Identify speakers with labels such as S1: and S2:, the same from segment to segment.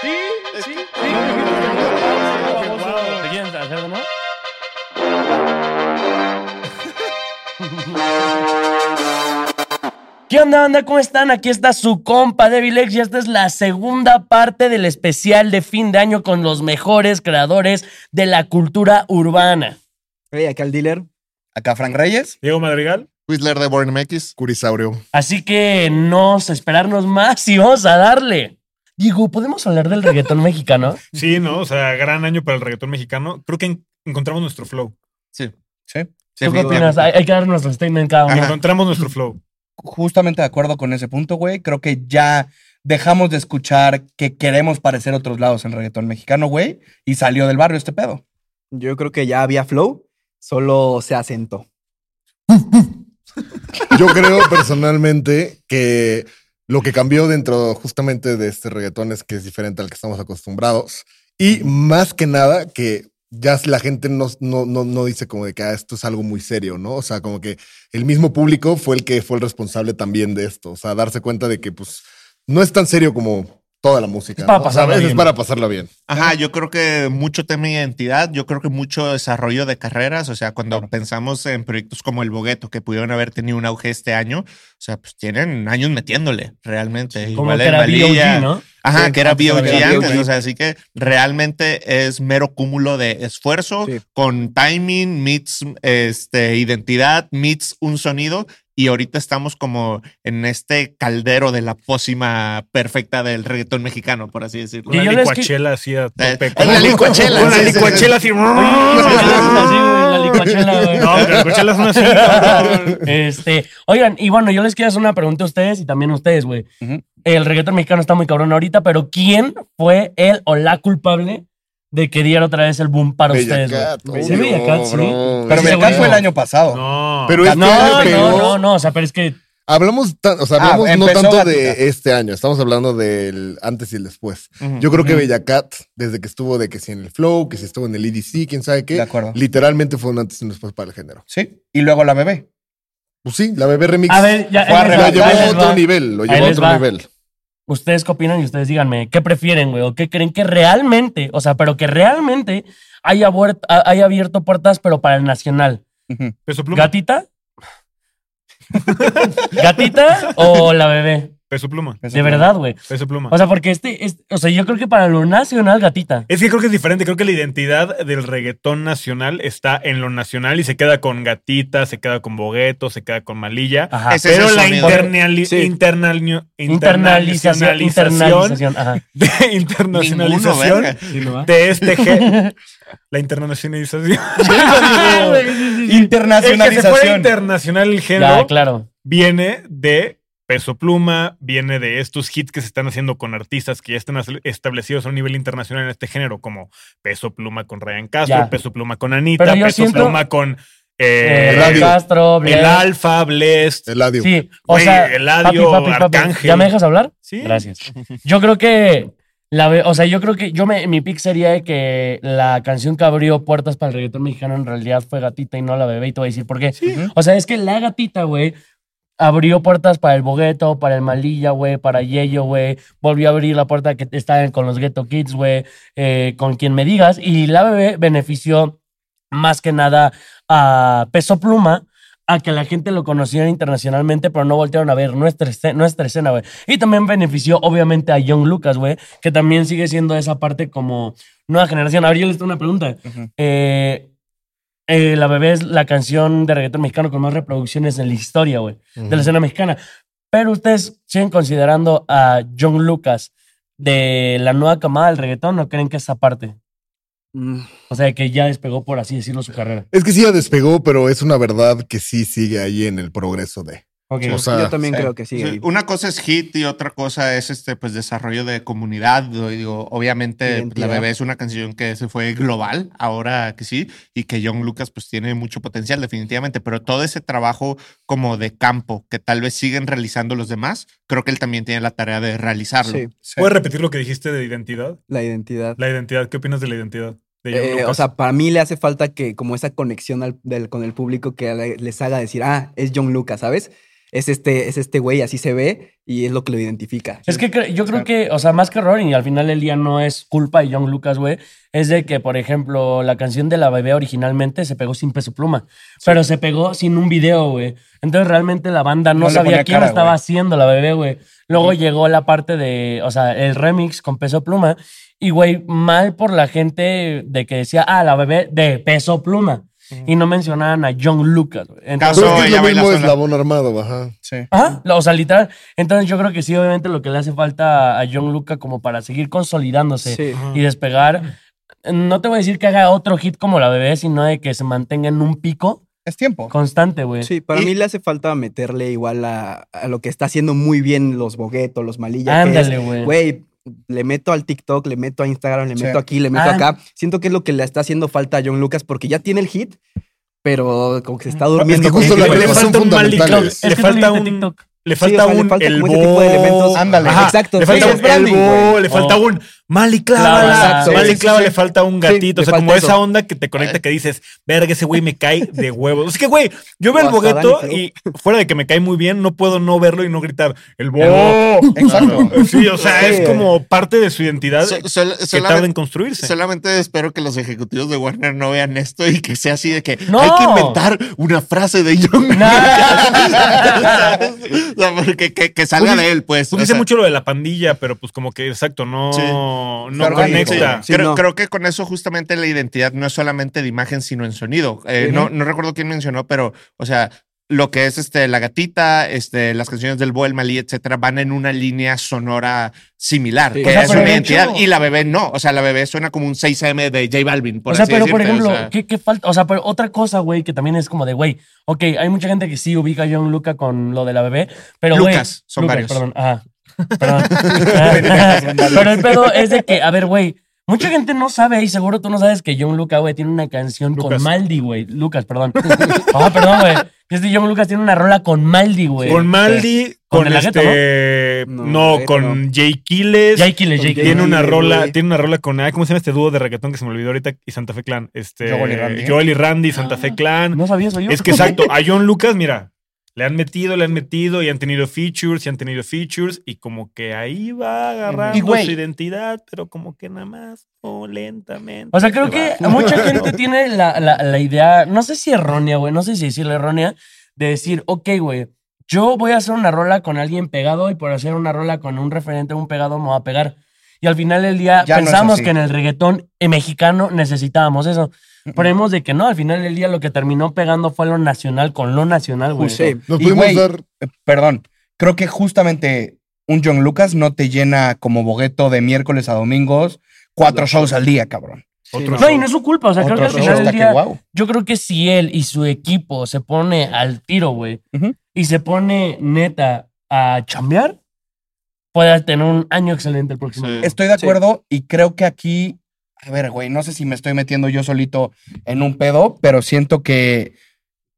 S1: Sí, sí, sí.
S2: ¿Te quieren hacer de nuevo? ¿Qué onda, onda? ¿Cómo están? Aquí está su compa Devilex y esta es la segunda parte del especial de fin de año con los mejores creadores de la cultura urbana.
S3: Ey, acá el dealer.
S4: Acá Frank Reyes.
S1: Diego Madrigal.
S5: Whistler de Born MX.
S4: Curisaurio.
S2: Así que no os esperarnos más y vamos a darle. Digo, ¿podemos hablar del reggaetón mexicano?
S1: Sí, ¿no? O sea, gran año para el reggaetón mexicano. Creo que en- encontramos nuestro flow.
S4: Sí.
S5: Sí.
S4: Sí,
S2: ¿Tú qué opinas? Hay, hay que darnos nuestro statement cada uno.
S1: Encontramos nuestro flow.
S4: Justamente de acuerdo con ese punto, güey. Creo que ya dejamos de escuchar que queremos parecer otros lados en reggaetón mexicano, güey. Y salió del barrio este pedo.
S3: Yo creo que ya había flow, solo se asentó.
S5: Yo creo personalmente que lo que cambió dentro justamente de este reggaetón es que es diferente al que estamos acostumbrados. Y más que nada que ya la gente no, no, no, no dice como de que "Ah, esto es algo muy serio, ¿no? O sea, como que el mismo público fue el que fue el responsable también de esto. O sea, darse cuenta de que pues no es tan serio como toda la música.
S2: Es para
S5: ¿no? O sea, a
S2: pasarla
S5: veces
S2: bien.
S5: es para pasarla bien.
S6: Ajá, yo creo que mucho tema de identidad, yo creo que mucho desarrollo de carreras, o sea, cuando pensamos en proyectos como el Bogueto, que pudieron haber tenido un auge este año, o sea, pues tienen años metiéndole, realmente.
S2: Como
S6: Igual
S2: que
S6: en
S2: era
S6: Valilla.
S2: B.O.G., ¿no?
S6: Ajá,
S4: Sí,
S6: que era
S4: antes
S6: BOG
S4: era
S6: antes,
S4: BOG.
S6: o sea, así que realmente es mero cúmulo de esfuerzo
S3: Sí.
S6: con timing, meets este, identidad, meets un sonido y ahorita estamos como en este caldero de la pócima perfecta del reggaetón mexicano, por así decirlo.
S2: Y
S1: Una
S2: yo les que-
S1: licuachela así a
S6: Eh,
S1: tope.
S6: en la licuachela.
S1: Una
S6: sí, sí, sí.
S1: licuachela así.
S2: Así,
S1: No,
S2: güey, la licuachela, güey.
S1: pero la licuachela es una así. cabrón.
S2: Este, oigan, y bueno, yo les quiero hacer una pregunta a ustedes y también a ustedes, güey.
S4: Ujú.
S2: El reggaetón mexicano está muy cabrón ahorita, pero ¿quién fue el o la culpable de que diera otra vez el boom para ustedes, güey?
S5: Bellacat,
S2: Sí,
S5: obvio,
S2: Bellacat, sí.
S5: bro.
S4: Pero
S2: Sí,
S4: me
S2: seguro.
S4: fue el año pasado.
S1: No.
S5: Pero este año
S2: No,
S5: pegó-
S2: no, no, no, o sea, pero es que
S5: Hablamos, tan- o sea,
S4: Ah,
S5: hablamos no
S4: empezó
S5: tanto
S4: Gatita.
S5: de este año, estamos hablando del antes y el después.
S6: Ujú.
S5: Yo creo que Bellacat, desde que estuvo de que si en el Flow, que si estuvo en el EDC, quién sabe qué,
S4: De acuerdo.
S5: literalmente fue un antes y un después para el género.
S4: Sí. Y luego la bebé.
S5: Pues sí, la bebé remix
S2: a ver, ya
S4: Fue
S2: ahí les
S5: lo
S2: va,
S5: llevó
S2: ahí
S5: a
S2: les
S5: otro
S2: va.
S5: nivel, lo
S2: Ahí
S5: llevó a
S2: les
S5: otro
S2: va.
S5: nivel.
S2: Ustedes qué opinan y ustedes díganme, ¿qué prefieren, güey? ¿O qué creen que realmente, o sea, pero que realmente haya, vuelt- a- haya abierto puertas, pero para el nacional?
S4: Ujú.
S1: Peso pluma.
S2: ¿Gatita? ¿Gatita o la bebé?
S1: Peso pluma.
S4: Esa
S2: De
S4: fue-
S2: verdad, güey.
S1: Peso pluma.
S2: O sea, porque este, este- o sea, yo creo que para lo nacional, gatita.
S1: Es que creo que es diferente. Creo que la identidad del reggaetón nacional está en lo nacional y se queda con Gatita, se queda con Bogueto, se queda con Malilla.
S2: Ajá.
S6: Ese es
S1: Pero
S6: el
S1: la
S6: sonido.
S1: internali-
S3: Sí.
S1: internalio-
S2: internalización,
S1: internacionalización
S2: internalización. Ajá.
S1: de
S6: Ninguno,
S1: internacionalización
S6: verga.
S1: de este gen. la internacionalización. El que se fuera
S4: Internacionalización.
S1: internacional el género
S2: Ya, claro.
S1: viene de Peso Pluma, viene de estos hits que se están haciendo con artistas que ya están as- establecidos a un nivel internacional en este género, como Peso Pluma con Ryan Castro,
S2: Ya.
S1: Peso Pluma con Anita,
S2: Pero yo
S1: Peso
S2: siento-
S1: Pluma con eh,
S2: Eh,
S5: Radio.
S2: Castro,
S1: el,
S2: Blair.
S1: Alfa, Blessed.
S5: Eladio.
S2: Sí, o
S1: Güey,
S2: sea,
S1: Eladio,
S2: papi, papi, papi.
S1: Arcángel.
S2: ¿Ya me dejas hablar?
S1: Sí.
S2: Gracias. Yo creo que la, ve- o sea, yo creo que yo me, mi pick sería de que la canción que abrió puertas para el reggaetón mexicano en realidad fue Gatita y no la bebé y te voy a decir por qué. O sea, es que la Gatita, güey, abrió puertas para el Bogueto, para el Malilla, güey, para Yeyo, güey. Volvió a abrir la puerta que estaban con los Ghetto Kids, güey, eh, con quien me digas. Y la bebé benefició más que nada a Peso Pluma, a que la gente lo conociera internacionalmente, pero no voltearon a ver nuestra, escena- nuestra escena, güey. Y también benefició, obviamente, a John Lucas, güey, que también sigue siendo esa parte como nueva generación. Ahora yo les tengo una pregunta.
S4: Ujú.
S2: Eh, eh, la bebé es la canción de reggaetón mexicano con más reproducciones en la historia, güey, de la escena mexicana. Pero ustedes siguen considerando a John Lucas de la nueva camada del reggaetón, ¿no creen que esa parte?
S3: Mm,
S2: O sea, que ya despegó, por así decirlo, su carrera.
S5: Es que sí la despegó, pero es una verdad que sí sigue ahí en el progreso de.
S2: Ok.
S5: O sea,
S3: yo también
S6: sí.
S3: creo que sí.
S6: Sí,
S3: ahí.
S6: Una cosa es hit y otra cosa es este pues desarrollo de comunidad. Yo Digo, obviamente pues, la
S3: Identidad.
S6: bebé es una canción que se fue global, ahora que sí, y que John Lucas pues tiene mucho potencial definitivamente, pero todo ese trabajo como de campo que tal vez siguen realizando los demás, creo que él también tiene la tarea de realizarlo.
S3: Sí,
S1: ¿Puedes repetir lo que dijiste de identidad?
S3: la identidad.
S1: La identidad, ¿qué opinas de la identidad? De John
S3: Eh,
S1: Lucas?
S3: o sea, para mí le hace falta que como esa conexión al- del- con el público que le- les haga decir, ah, es John Lucas, ¿sabes? es este, es este güey, así se ve y es lo que lo identifica.
S2: Es que cre- yo creo que, o sea, más que Rory, al final el día no es culpa de John Lucas, güey. Es de que, por ejemplo, la canción de la bebé originalmente se pegó sin peso pluma, pero se pegó sin un video, güey. Entonces realmente la banda no,
S4: No le
S2: sabía
S4: ponía
S2: quién
S4: cara,
S2: estaba
S4: güey.
S2: haciendo la bebé, güey. Luego llegó la parte de, o sea, el remix con peso pluma. Y, güey, mal por la gente de que decía, ah, la bebé de peso pluma. Y no mencionaban a John Lucas, güey. Entonces-
S5: Pero es
S6: Pasó,
S5: que es
S6: ella
S5: lo
S6: baila
S5: mismo
S6: sola.
S5: eslabón armado, ajá.
S4: Sí.
S2: Ajá, o sea, literal. Entonces yo creo que sí, obviamente lo que le hace falta a John Luca como para seguir consolidándose
S3: Sí.
S2: y despegar. No te voy a decir que haga otro hit como la bebé, sino de que se mantenga en un pico
S4: Es tiempo.
S2: constante, güey.
S3: Sí, para
S6: Y-
S3: mí le hace falta meterle igual a, a lo que está haciendo muy bien los boguetos, los malillas.
S2: Ándale, güey.
S3: Güey, le meto al TikTok, le meto a Instagram, le
S4: Sí.
S3: meto aquí, le meto
S2: Ah.
S3: acá. Siento que es lo que le está haciendo falta a John Lucas porque ya tiene el hit, pero como que se
S2: Ah,
S3: está
S5: Es
S3: durmiendo.
S5: que justo
S3: con-
S5: las
S1: Le
S5: reglas son
S1: falta un mal
S5: fundamentales.
S1: TikTok. Le
S2: tú
S1: falta
S2: dijiste
S1: un-
S2: TikTok.
S1: Le
S3: Sí, o
S1: falta
S3: sea, le
S1: un
S3: falta
S1: el
S3: como ese tipo de
S1: bo,
S3: elementos.
S4: Ándale.
S1: Ajá,
S3: Exacto,
S1: Le
S3: sí,
S1: falta
S4: es
S1: un
S4: branding,
S1: elbow, le
S2: O-
S1: falta un mal y
S2: Clavala,
S1: clávala,
S2: exacto.
S1: mal
S2: Sí,
S1: y
S2: sí,
S1: clávala,
S3: Oh. sí.
S1: le falta un gatito. o
S3: le
S1: sea, como
S3: falta
S1: esa
S3: eso.
S1: onda que te conecta que dices, verga, ese güey me cae de huevos. Es que, güey, yo veo
S3: O
S1: el
S3: hasta
S1: bogueto
S3: Dani Flow.
S1: y fuera de que me cae muy bien, no puedo no verlo y no gritar, el bo.
S4: El Exacto.
S1: Sí, o sea,
S3: Sí.
S1: es como parte de su identidad
S3: eh,
S6: So- sol-
S1: que tarda en
S6: solamente,
S1: construirse.
S6: solamente espero que los ejecutivos de Warner no vean esto y que sea así de que
S2: No.
S6: hay que inventar una frase de John
S2: No.
S6: ¿Sabes? O sea, porque que, que salga
S1: Pues,
S6: de él, pues.
S1: Tú
S6: o
S1: dices
S6: sea,
S1: mucho lo de la pandilla, pero pues como que exacto, no,
S6: Sí.
S1: no
S4: Orgánico,
S1: conecta.
S3: güey. Sí,
S6: creo,
S3: no.
S6: creo que con eso justamente la identidad no es solamente de imagen, sino en sonido. Eh, no, no recuerdo quién mencionó, pero, o sea, lo que es este, la gatita, este, las canciones del Bo, el Malí, etcétera, van en una línea sonora similar,
S3: Sí.
S6: que
S3: O sea,
S6: es
S2: pero
S6: una
S2: de
S6: identidad.
S2: hecho-
S6: y la bebé no. O sea, la bebé suena como un 6M de J Balvin, por
S2: o sea,
S6: así
S2: pero por
S6: decirte, o
S2: ejemplo,
S6: sea.
S2: ¿qué, qué falta? O sea, pero otra cosa, güey, que también es como de, güey, ok, hay mucha gente que sí ubica a John Luca con lo de la bebé, pero güey.
S6: Lucas, son varios.
S2: Perdón, ajá. Perdón. pero el pedo es de que, a ver, güey, mucha gente no sabe y seguro tú no sabes que John Luca, güey, tiene una canción
S1: Lucas.
S2: con Maldi, güey. Lucas, perdón. Ah, perdón, güey. Es que John Lucas tiene una rola con Maldi, güey.
S1: Con Maldi,
S2: Con
S1: con,
S2: el lagarto,
S1: este.
S3: ¿no?
S1: No,
S3: No, lagarto
S1: con Jay Quiles.
S2: Jay Kiles, Jay
S3: Con
S2: Kiles.
S1: Tiene una
S3: Quiles,
S1: rola,
S3: güey.
S1: tiene una rola con ah, ¿cómo se llama este dúo de reggaetón que se me olvidó ahorita? Y Santa Fe Clan. Este,
S4: Joel y Randy.
S1: Joel y Randy, Santa Fe Clan.
S2: No sabía eso yo.
S1: Es que exacto, a John Lucas, mira, le han metido, le han metido y han tenido features y han tenido features y como que ahí va agarrando
S4: Y, güey,
S1: su identidad, pero como que nada más o lentamente.
S2: O sea, creo
S1: se
S2: que
S1: va.
S2: mucha gente tiene la, la- la idea, no sé si errónea, güey, no sé si decirle errónea, de decir, ok, güey, yo voy a hacer una rola con alguien pegado y por hacer una rola con un referente, un pegado, me va a pegar. Y al final del día
S4: Ya no es
S2: pensamos
S4: así.
S2: que en el reggaetón eh, mexicano necesitábamos eso. Pero vemos de que no, al final del día lo que terminó pegando fue lo nacional con lo nacional, güey.
S3: Sí.
S5: Nos
S4: Y,
S5: pudimos
S4: güey,
S5: dar
S4: Eh, Perdón. Creo que justamente un John Lucas no te llena como bogueto de miércoles a domingos cuatro shows al día, cabrón.
S1: Otro
S2: No, y no es su culpa, o sea, creo que
S4: Otro
S2: al
S4: show
S2: final
S4: hasta
S2: del día...
S4: que wow.
S2: Yo creo que si él y su equipo se pone al tiro, güey,
S4: Ujú.
S2: y se pone neta a chambear, pueda tener un año excelente el próximo.
S6: Sí.
S2: año.
S4: Estoy de
S3: Sí.
S4: acuerdo y creo que aquí, a ver, güey, no sé si me estoy metiendo yo solito en un pedo, pero siento que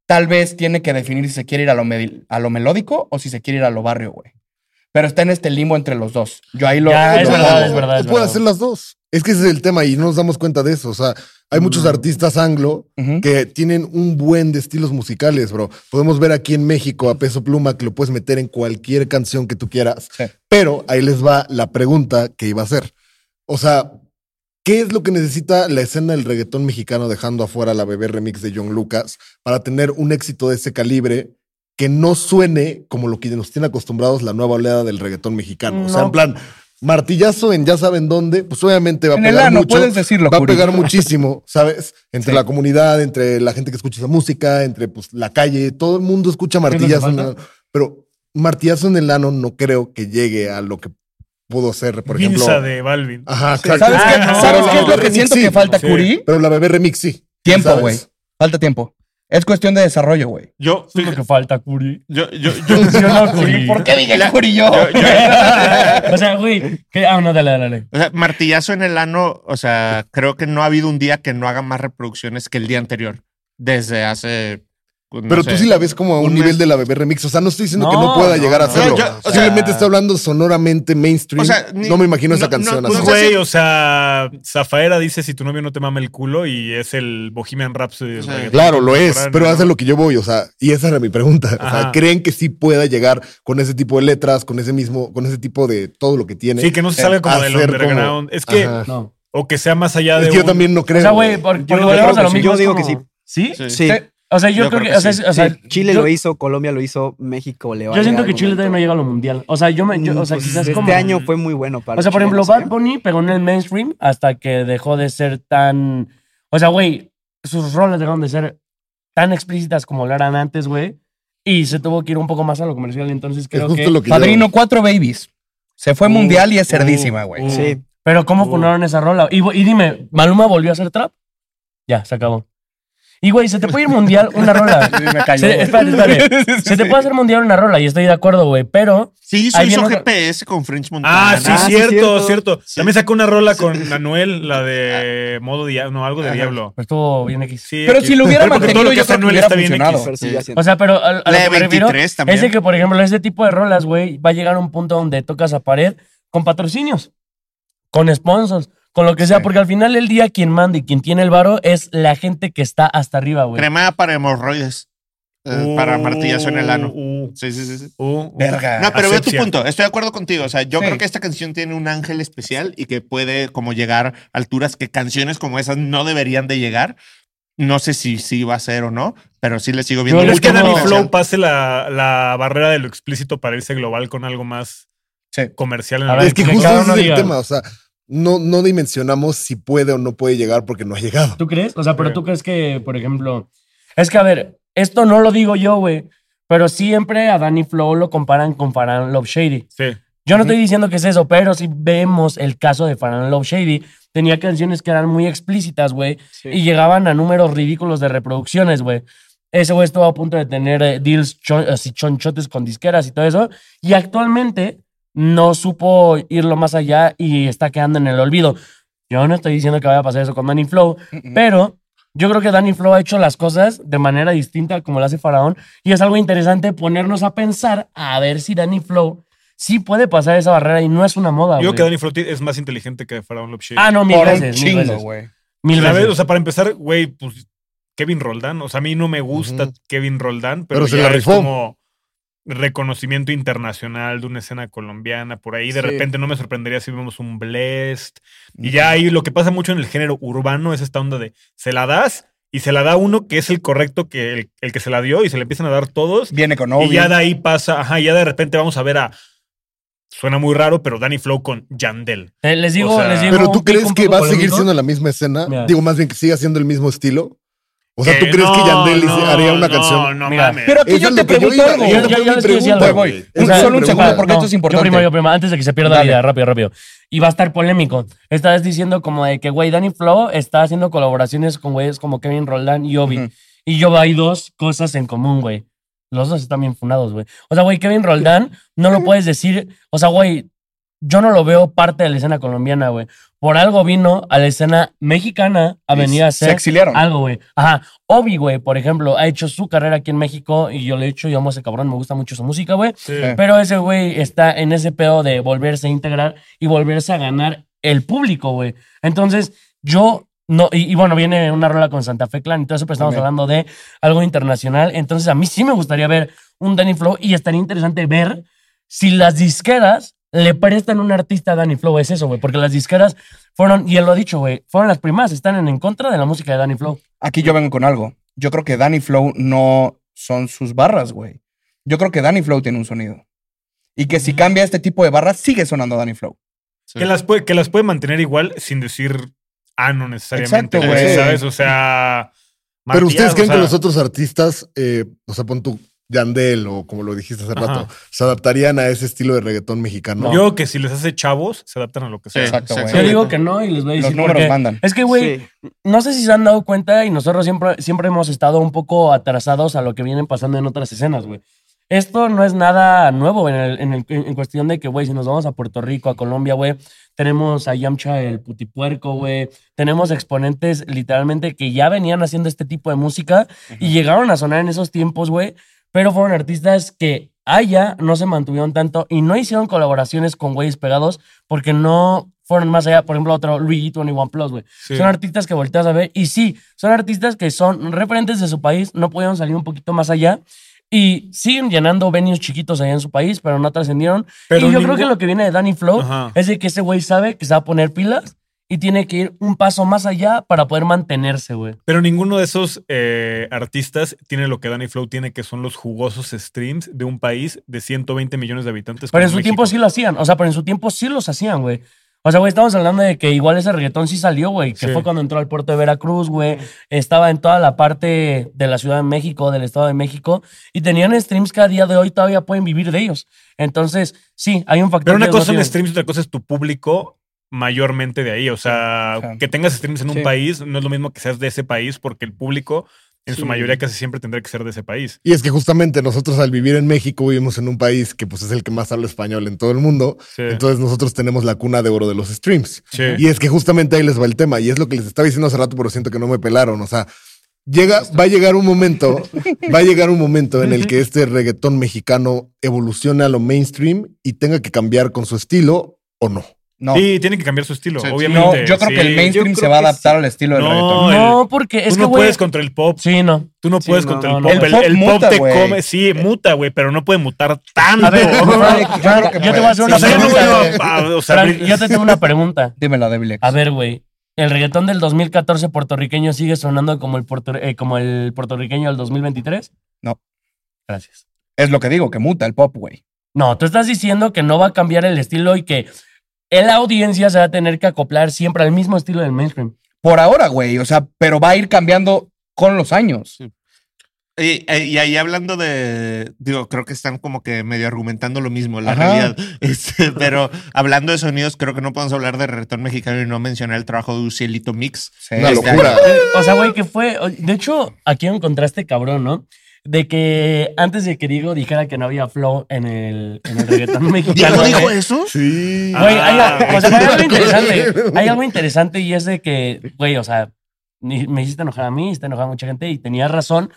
S4: tal vez tiene que definir si se quiere ir a lo, medi- a lo melódico o si se quiere ir a lo barrio, güey. Pero está en este limbo entre los dos. Yo ahí lo...
S2: Ya, Ah, es
S4: lo-
S2: verdad,
S5: Tú
S2: es verdad, es
S5: puedes
S2: verdad.
S5: hacer las dos. Es que ese es el tema y no nos damos cuenta de eso. O sea, hay muchos
S2: Mm.
S5: artistas anglo
S4: Ujú.
S5: que tienen un buen de estilos musicales, bro. Podemos ver aquí en México a Peso Pluma que lo puedes meter en cualquier canción que tú quieras.
S4: Sí.
S5: Pero ahí les va la pregunta que iba a hacer. O sea, ¿qué es lo que necesita la escena del reggaetón mexicano dejando afuera la bebé remix de John Lucas para tener un éxito de ese calibre? Que no suene como lo que nos tiene acostumbrados la nueva oleada del reggaetón mexicano. O sea,
S2: No.
S5: en plan, martillazo en ya saben dónde, pues obviamente va a
S4: En el
S5: pegar
S4: ano,
S5: mucho.
S4: puedes decirlo,
S5: va a
S4: Curi.
S5: pegar muchísimo, ¿sabes? Entre
S4: Sí.
S5: la comunidad, entre la gente que escucha esa música, entre pues la calle, todo el mundo escucha
S2: nos hace
S5: martillazo en el
S2: falta?
S5: ano. Pero martillazo en el ano no creo que llegue a lo que pudo ser, por ejemplo.
S1: Pinza de Balvin.
S5: Ajá, exacto.
S4: ¿Sabes, qué,
S1: Ah, no.
S4: ¿sabes qué es
S5: Pero la
S4: lo
S5: bebé
S4: que siento
S5: remix
S4: que
S5: sí.
S4: falta,
S1: Sí.
S4: Curi?
S5: Pero la bebé remix sí.
S4: Tiempo,
S5: ¿sabes?
S4: güey. Falta tiempo. Es cuestión de desarrollo, güey.
S6: Yo,
S2: Eso es lo que falta, Curi.
S6: yo, yo, yo,
S2: ¿Sí o no, Curi?
S4: ¿Por qué dije
S6: La-
S4: Curi yo?
S6: yo- yo-
S2: o sea, güey, que- ah, no, dale, dale, dale.
S6: O sea, martillazo en el ano, o sea, creo que no ha habido un día que no haga más reproducciones que el día anterior, desde hace pues, no
S5: Pero tú
S6: sé.
S5: sí la ves como a un
S6: Un
S5: nivel
S6: mes.
S5: de la bebé remix. O sea, no estoy diciendo que
S2: No,
S5: no pueda
S2: no,
S5: llegar a
S2: no,
S5: hacerlo.
S6: no, yo- o sea-
S5: Simplemente está hablando sonoramente mainstream.
S6: O sea, ni-
S5: no me imagino esa
S6: no,
S5: canción
S6: no,
S5: así.
S1: Pues,
S6: sé
S1: güey,
S6: si-
S1: o sea, Zafaera dice si tu novio no te mama el culo y es el Bohemian Rhapsody. del
S6: Sí.
S1: reggaetón
S5: Claro, lo es,
S1: contemporáneo,
S5: pero
S1: ¿no?
S5: hace lo que yo voy, o sea, y esa era mi pregunta. O
S1: Ajá.
S5: sea, ¿creen que sí pueda llegar con ese tipo de letras, con ese mismo, con ese tipo de todo lo que tiene?
S1: Sí, que no se salga como del
S5: Hacer como-
S1: underground. Es que,
S5: Ajá.
S2: No.
S1: o que sea más allá de.
S5: Es que yo
S1: un-
S5: también no creo.
S2: O sea, güey, por- porque
S3: creo
S2: volvemos a
S3: que
S2: lo
S3: sí.
S2: mismo.
S3: Yo
S2: es
S3: digo
S2: como-
S3: que sí.
S2: ¿Sí?
S6: Sí.
S3: Sí.
S2: O sea, yo, creo, que. o sea, o sea,
S3: Sí, Chile
S2: yo-
S3: lo hizo, Colombia lo hizo, México le va a
S2: Yo siento
S3: llegar
S2: que
S3: al
S2: Chile todavía no
S3: momento.
S2: llega a lo mundial. O sea, yo me. yo- o sea,
S3: Mm,
S2: quizás
S3: pues,
S2: como.
S3: Este año fue muy bueno para
S2: O sea, por
S3: Chile,
S2: ejemplo,
S3: ¿no?
S2: Bad Bunny pegó en el mainstream hasta que dejó de ser tan. O sea, güey, sus roles dejaron de ser tan explícitas como lo eran antes, güey. Y se tuvo que ir un poco más a lo comercial. Entonces
S5: es
S2: creo
S5: justo
S2: que.
S5: lo que yo-
S4: Padrino, cuatro babies. Se fue
S2: Uh,
S4: mundial y es
S2: uh,
S4: cerdísima, güey.
S2: uh.
S3: Sí,
S2: Pero ¿cómo
S1: Uh.
S2: funaron esa rola? Y, y dime, ¿Maluma volvió a hacer trap? Ya, se acabó. Y, güey, se te puede ir mundial una rola.
S4: Sí, me cayó,
S2: Se-
S4: güey.
S2: espérate, espérate. Se te puede hacer mundial una rola y estoy de acuerdo, güey. Pero
S6: Sí, hizo,
S2: Ahí
S6: hizo
S2: viene otra-
S6: GPS con French Montana.
S1: Ah, sí,
S3: Ah, sí,
S1: cierto, cierto.
S3: cierto.
S6: Sí.
S1: También sacó una rola con Anuel, la
S5: Ah.
S1: de modo diablo, no, algo de
S6: Ajá.
S1: diablo.
S2: estuvo bien X.
S1: Sí,
S4: Pero
S1: X.
S4: si lo hubiera
S1: Pero porque
S4: mantenido,
S1: todo lo que
S4: yo
S1: hace
S4: creo que
S1: Anuel
S4: hubiera
S1: está bien
S4: funcionado.
S1: X.
S3: pero sí,
S6: Sí.
S3: ya
S2: O
S3: siento.
S2: sea, pero a, a lo
S6: La
S2: que
S6: de
S2: me refiero
S6: 23 también.
S2: es de que, por ejemplo, ese tipo de rolas, güey, va a llegar a un punto donde tocas a pared con patrocinios, con sponsors, con lo que sea,
S4: Sí.
S2: porque al final del día quien manda y quien tiene el varo es la gente que está hasta arriba, güey.
S6: Crema para hemorroides. eh,
S1: Uh,
S2: Oh.
S6: para martillazo en el ano.
S1: uh,
S6: Sí, sí, sí, sí.
S1: uh, uh.
S4: Verga.
S6: No, pero veo tu
S1: Asepsia.
S6: punto. Estoy de acuerdo contigo. O sea, yo
S4: Sí.
S6: creo que esta canción tiene un ángel especial y que puede como llegar a alturas que canciones como esas no deberían de llegar. No sé si sí va a ser o no, pero sí le sigo viendo.
S2: Yo les
S1: ¿Crees que
S6: mucho
S1: Danny
S2: como-
S6: potencial.
S1: Flow pase la, la barrera de lo explícito para irse global con algo más
S4: Sí.
S1: comercial? En
S2: A
S1: el-
S2: ver,
S5: Es que
S2: que
S5: justo
S2: cada
S5: ese
S2: uno
S5: es el
S2: diga.
S5: tema, o sea, no, no dimensionamos si puede o no puede llegar porque no ha llegado.
S2: ¿Tú crees? O sea, pero tú crees que, por ejemplo, es que, a ver, esto no lo digo yo, güey, pero siempre a Danny Flow lo comparan con Farhan Love Shady.
S1: Sí.
S2: Yo no estoy diciendo que es eso, pero si vemos el caso de Farhan Love Shady, tenía canciones que eran muy explícitas, güey,
S3: Sí.
S2: y llegaban a números ridículos de reproducciones, güey. Ese güey estuvo a punto de tener eh, deals chon- así chonchotes con disqueras y todo eso. Y actualmente no supo irlo más allá y está quedando en el olvido. Yo no estoy diciendo que vaya a pasar eso con Danny Flow, pero yo creo que Danny Flow ha hecho las cosas de manera distinta como lo hace Faraón. Y es algo interesante ponernos a pensar a ver si Danny Flow sí puede pasar esa barrera y no es una moda.
S1: Digo
S2: güey.
S1: que Danny Flow es más inteligente que Faraón Love Shady.
S2: Ah, no, mil
S4: Por un
S2: veces. Mil
S4: chingo,
S2: veces.
S4: güey.
S2: Mil
S1: La
S2: veces.
S1: vez, o sea, para empezar, güey, pues Kevin Roldán. O sea, a mí no me gusta
S5: Ujú.
S1: Kevin Roldán, pero,
S5: Pero se
S1: ya
S5: la
S1: es
S5: rifó.
S1: como reconocimiento internacional de una escena colombiana por ahí. De
S3: Sí.
S1: repente no me sorprendería si vemos un Blessed. Y ya ahí lo que pasa mucho en el género urbano es esta onda de se la das y se la da uno que es el correcto, que el, el que se la dio y se le empiezan a dar todos.
S4: Viene con obvio.
S1: Y ya de ahí pasa, ajá, ya de repente vamos a ver a. Suena muy raro, pero Danny Flow con Yandel.
S2: Eh, Les digo,
S1: o sea,
S2: les digo.
S5: Pero
S2: un
S5: tú
S2: pico
S5: crees
S2: un
S5: que
S2: poco
S5: va a seguir
S2: polémico.
S5: siendo la misma escena,
S2: Mira.
S5: digo, más bien que siga siendo el mismo estilo. O sea, ¿tú
S1: Eh,
S5: crees que
S1: no,
S5: Yandel hice-
S1: no,
S5: haría una
S1: no,
S5: canción?
S1: No,
S2: Mira.
S1: mames.
S4: Pero aquí
S5: Eso
S4: yo
S5: es
S4: te
S5: lo que
S4: pregunto
S5: iba,
S4: algo.
S5: yo
S2: Yo-
S5: te
S2: yo-
S5: fui
S2: yo les quiero decir
S5: pregunta,
S2: algo.
S5: güey.
S4: Voy,
S5: Esa
S2: voy.
S5: es
S2: Solo
S5: mi
S4: un segundo,
S5: pregunta.
S4: porque- esto es importante.
S2: Yo primero, yo primero, antes de que se pierda
S4: Dale.
S2: la idea, rápido, rápido. Y va a estar polémico. Estás diciendo como de que, güey, Danny Flow está haciendo colaboraciones con güeyes como Kevin Roldán y Obi.
S4: Ujú.
S2: Y yo hay dos cosas en común, güey. Los dos están bien funados, güey. O sea, güey, Kevin Roldán, no lo puedes decir. O sea, güey, yo no lo veo parte de la escena colombiana, güey. Por algo vino a la escena mexicana a venir a
S4: Se
S2: ser
S4: exiliaron.
S2: algo, güey. Ajá. Obi, güey, por ejemplo, ha hecho su carrera aquí en México y yo le he hecho, yo amo a ese cabrón, me gusta mucho su música, güey.
S4: Eh.
S2: Pero ese güey está en ese pedo de volverse a integrar y volverse a ganar el público, güey. Entonces, yo no. Y, y bueno, viene una rola con Santa Fe Clan y todo eso, pero estamos
S4: Ok.
S2: hablando de algo internacional. Entonces, a mí sí me gustaría ver un Danny Flow y estaría interesante ver si las disqueras le prestan un artista a Danny Flow. Es eso, güey. Porque las disqueras fueron, y él lo ha dicho, güey, fueron las primeras, están en, en contra de la música de Danny Flow.
S4: Aquí yo vengo con algo. Yo creo que Danny Flow no son sus barras, güey. Yo creo que Danny Flow tiene un sonido. Y que si cambia este tipo de barras, sigue sonando Danny Flow.
S6: Sí.
S1: Que las, puede, que las puede mantener igual sin decir ah, no necesariamente,
S4: Exacto,
S1: güey,
S6: güey.
S1: ¿sabes? O sea.
S5: Pero ustedes
S1: martillazo,
S5: creen
S1: o
S5: que
S1: sea,
S5: los otros artistas, eh, o sea, pon tu Yandel o como lo dijiste hace
S1: Ajá.
S5: rato, se adaptarían a ese estilo de reggaetón mexicano.
S1: Yo creo que si les hace chavos, se adaptan a lo que
S6: Sí,
S1: sea.
S4: Exacto, güey.
S2: Yo digo que no y les voy a
S4: Los
S2: decir por
S4: números
S2: qué.
S4: mandan.
S2: Es que, güey,
S3: Sí.
S2: no sé si se han dado cuenta y nosotros siempre, siempre hemos estado un poco atrasados a lo que vienen pasando en otras escenas, güey. Esto no es nada nuevo en, el- en, el- en cuestión de que, güey, si nos vamos a Puerto Rico, a Colombia, güey, tenemos a Yamcha el putipuerco, güey, tenemos exponentes literalmente que ya venían haciendo este tipo de música y llegaron a sonar en esos tiempos, güey, pero fueron artistas que allá no se mantuvieron tanto y no hicieron colaboraciones con güeyes pegados porque no fueron más allá, por ejemplo, otro Luigi 21 Plus, güey.
S1: Sí.
S2: Son artistas que volteas a ver y sí, son artistas que son referentes de su país, no pudieron salir un poquito más allá y siguen llenando venues chiquitos allá en su país, pero no trascendieron. Y
S1: Pero
S2: yo
S1: ningún-
S2: creo que lo que viene de Danny Flow
S1: Ajá.
S2: es de que ese güey sabe que se va a poner pilas y tiene que ir un paso más allá para poder mantenerse, güey.
S1: Pero ninguno de esos eh, artistas tiene lo que Danny Flow tiene, que son los jugosos streams de un país de 120 millones de habitantes.
S2: Pero
S1: como
S2: en su
S1: México.
S2: tiempo sí lo hacían, o sea, pero en su tiempo sí los hacían, güey. O sea, güey, estamos hablando de que igual ese reggaetón sí salió, güey, que
S1: Sí.
S2: fue cuando entró al puerto de Veracruz, güey. Estaba en toda la parte de la Ciudad de México, del Estado de México, y tenían streams que a día de hoy todavía pueden vivir de ellos. Entonces, sí, hay un factor.
S1: Pero una
S2: que ellos no
S1: cosa son
S2: tienen.
S1: streams, otra cosa es tu público mayormente de ahí. O sea,
S4: Sí, sí.
S1: que tengas streams en un
S3: Sí.
S1: país no es lo mismo que seas de ese país, porque el público en su
S3: Sí.
S1: mayoría casi siempre tendrá que ser de ese país.
S5: Y es que justamente nosotros al vivir en México vivimos en un país que pues es el que más habla español en todo el mundo.
S1: Sí.
S5: Entonces nosotros tenemos la cuna de oro de los streams.
S1: Sí.
S5: Y es que justamente ahí les va el tema. Y es lo que les estaba diciendo hace rato, pero siento que no me pelaron. O sea, llega, va a llegar un momento, va a llegar un momento en el que este reggaetón mexicano evolucione a lo mainstream y tenga que cambiar con su estilo o no.
S4: No,
S1: Sí, tiene que cambiar su estilo,
S6: Sí, sí.
S4: no
S1: obviamente.
S4: yo creo que
S1: sí.
S4: el mainstream
S3: yo
S4: se
S3: creo
S4: va a
S3: que
S4: adaptar
S3: sí.
S4: al estilo del
S1: No,
S4: reggaetón.
S2: No, porque
S1: Tú
S2: es que,
S1: no
S2: güey.
S1: puedes contra el pop.
S2: Sí, no.
S1: Tú no
S3: Sí,
S1: puedes
S3: no,
S1: contra el
S2: no,
S1: pop.
S4: no.
S1: El,
S4: El pop
S1: el pop
S4: muta,
S1: te
S4: güey.
S1: come. Sí, muta, güey, pero no puede mutar tanto.
S2: A ver, Frank,
S4: Yo creo que
S2: yo te voy a hacer
S4: puede.
S1: o
S2: una
S1: sea, yo no voy
S2: pregunta. güey.
S1: a- a- o sea,
S2: Frank, yo te tengo una pregunta.
S4: Dímela, Devil X.
S2: A ver, güey. El reggaetón del 2014 puertorriqueño sigue sonando como el, puertor- eh, como el puertorriqueño del 2023?
S4: No.
S2: Gracias.
S4: Es lo que digo, que muta el pop, güey.
S2: No, tú estás diciendo que no va a cambiar el estilo y que la audiencia se va a tener que acoplar siempre al mismo estilo del mainstream.
S4: Por ahora, güey. O sea, pero va a ir cambiando con los años.
S6: Y, eh, y ahí hablando de, digo, creo que están como que medio argumentando lo mismo, la
S4: Ajá.
S6: realidad. Este, pero hablando de sonidos, creo que no podemos hablar de reggaetón mexicano y no mencionar el trabajo de Ucielito Mix.
S4: Sí.
S5: Una
S6: Este,
S5: locura.
S2: O sea, güey, que fue... De hecho, aquí hay un contraste cabrón, ¿no? De que antes de que Diego dijera que no había flow en el, en el reggaetón mexicano.
S6: ¿Diego
S2: güey.
S6: dijo eso?
S5: Sí.
S2: Güey, hay,
S1: Ah,
S2: o sea, hay algo interesante. Hay algo interesante y es de que, güey, o sea, ni- me hiciste enojar a mí, hiciste enojar a mucha gente y tenía razón.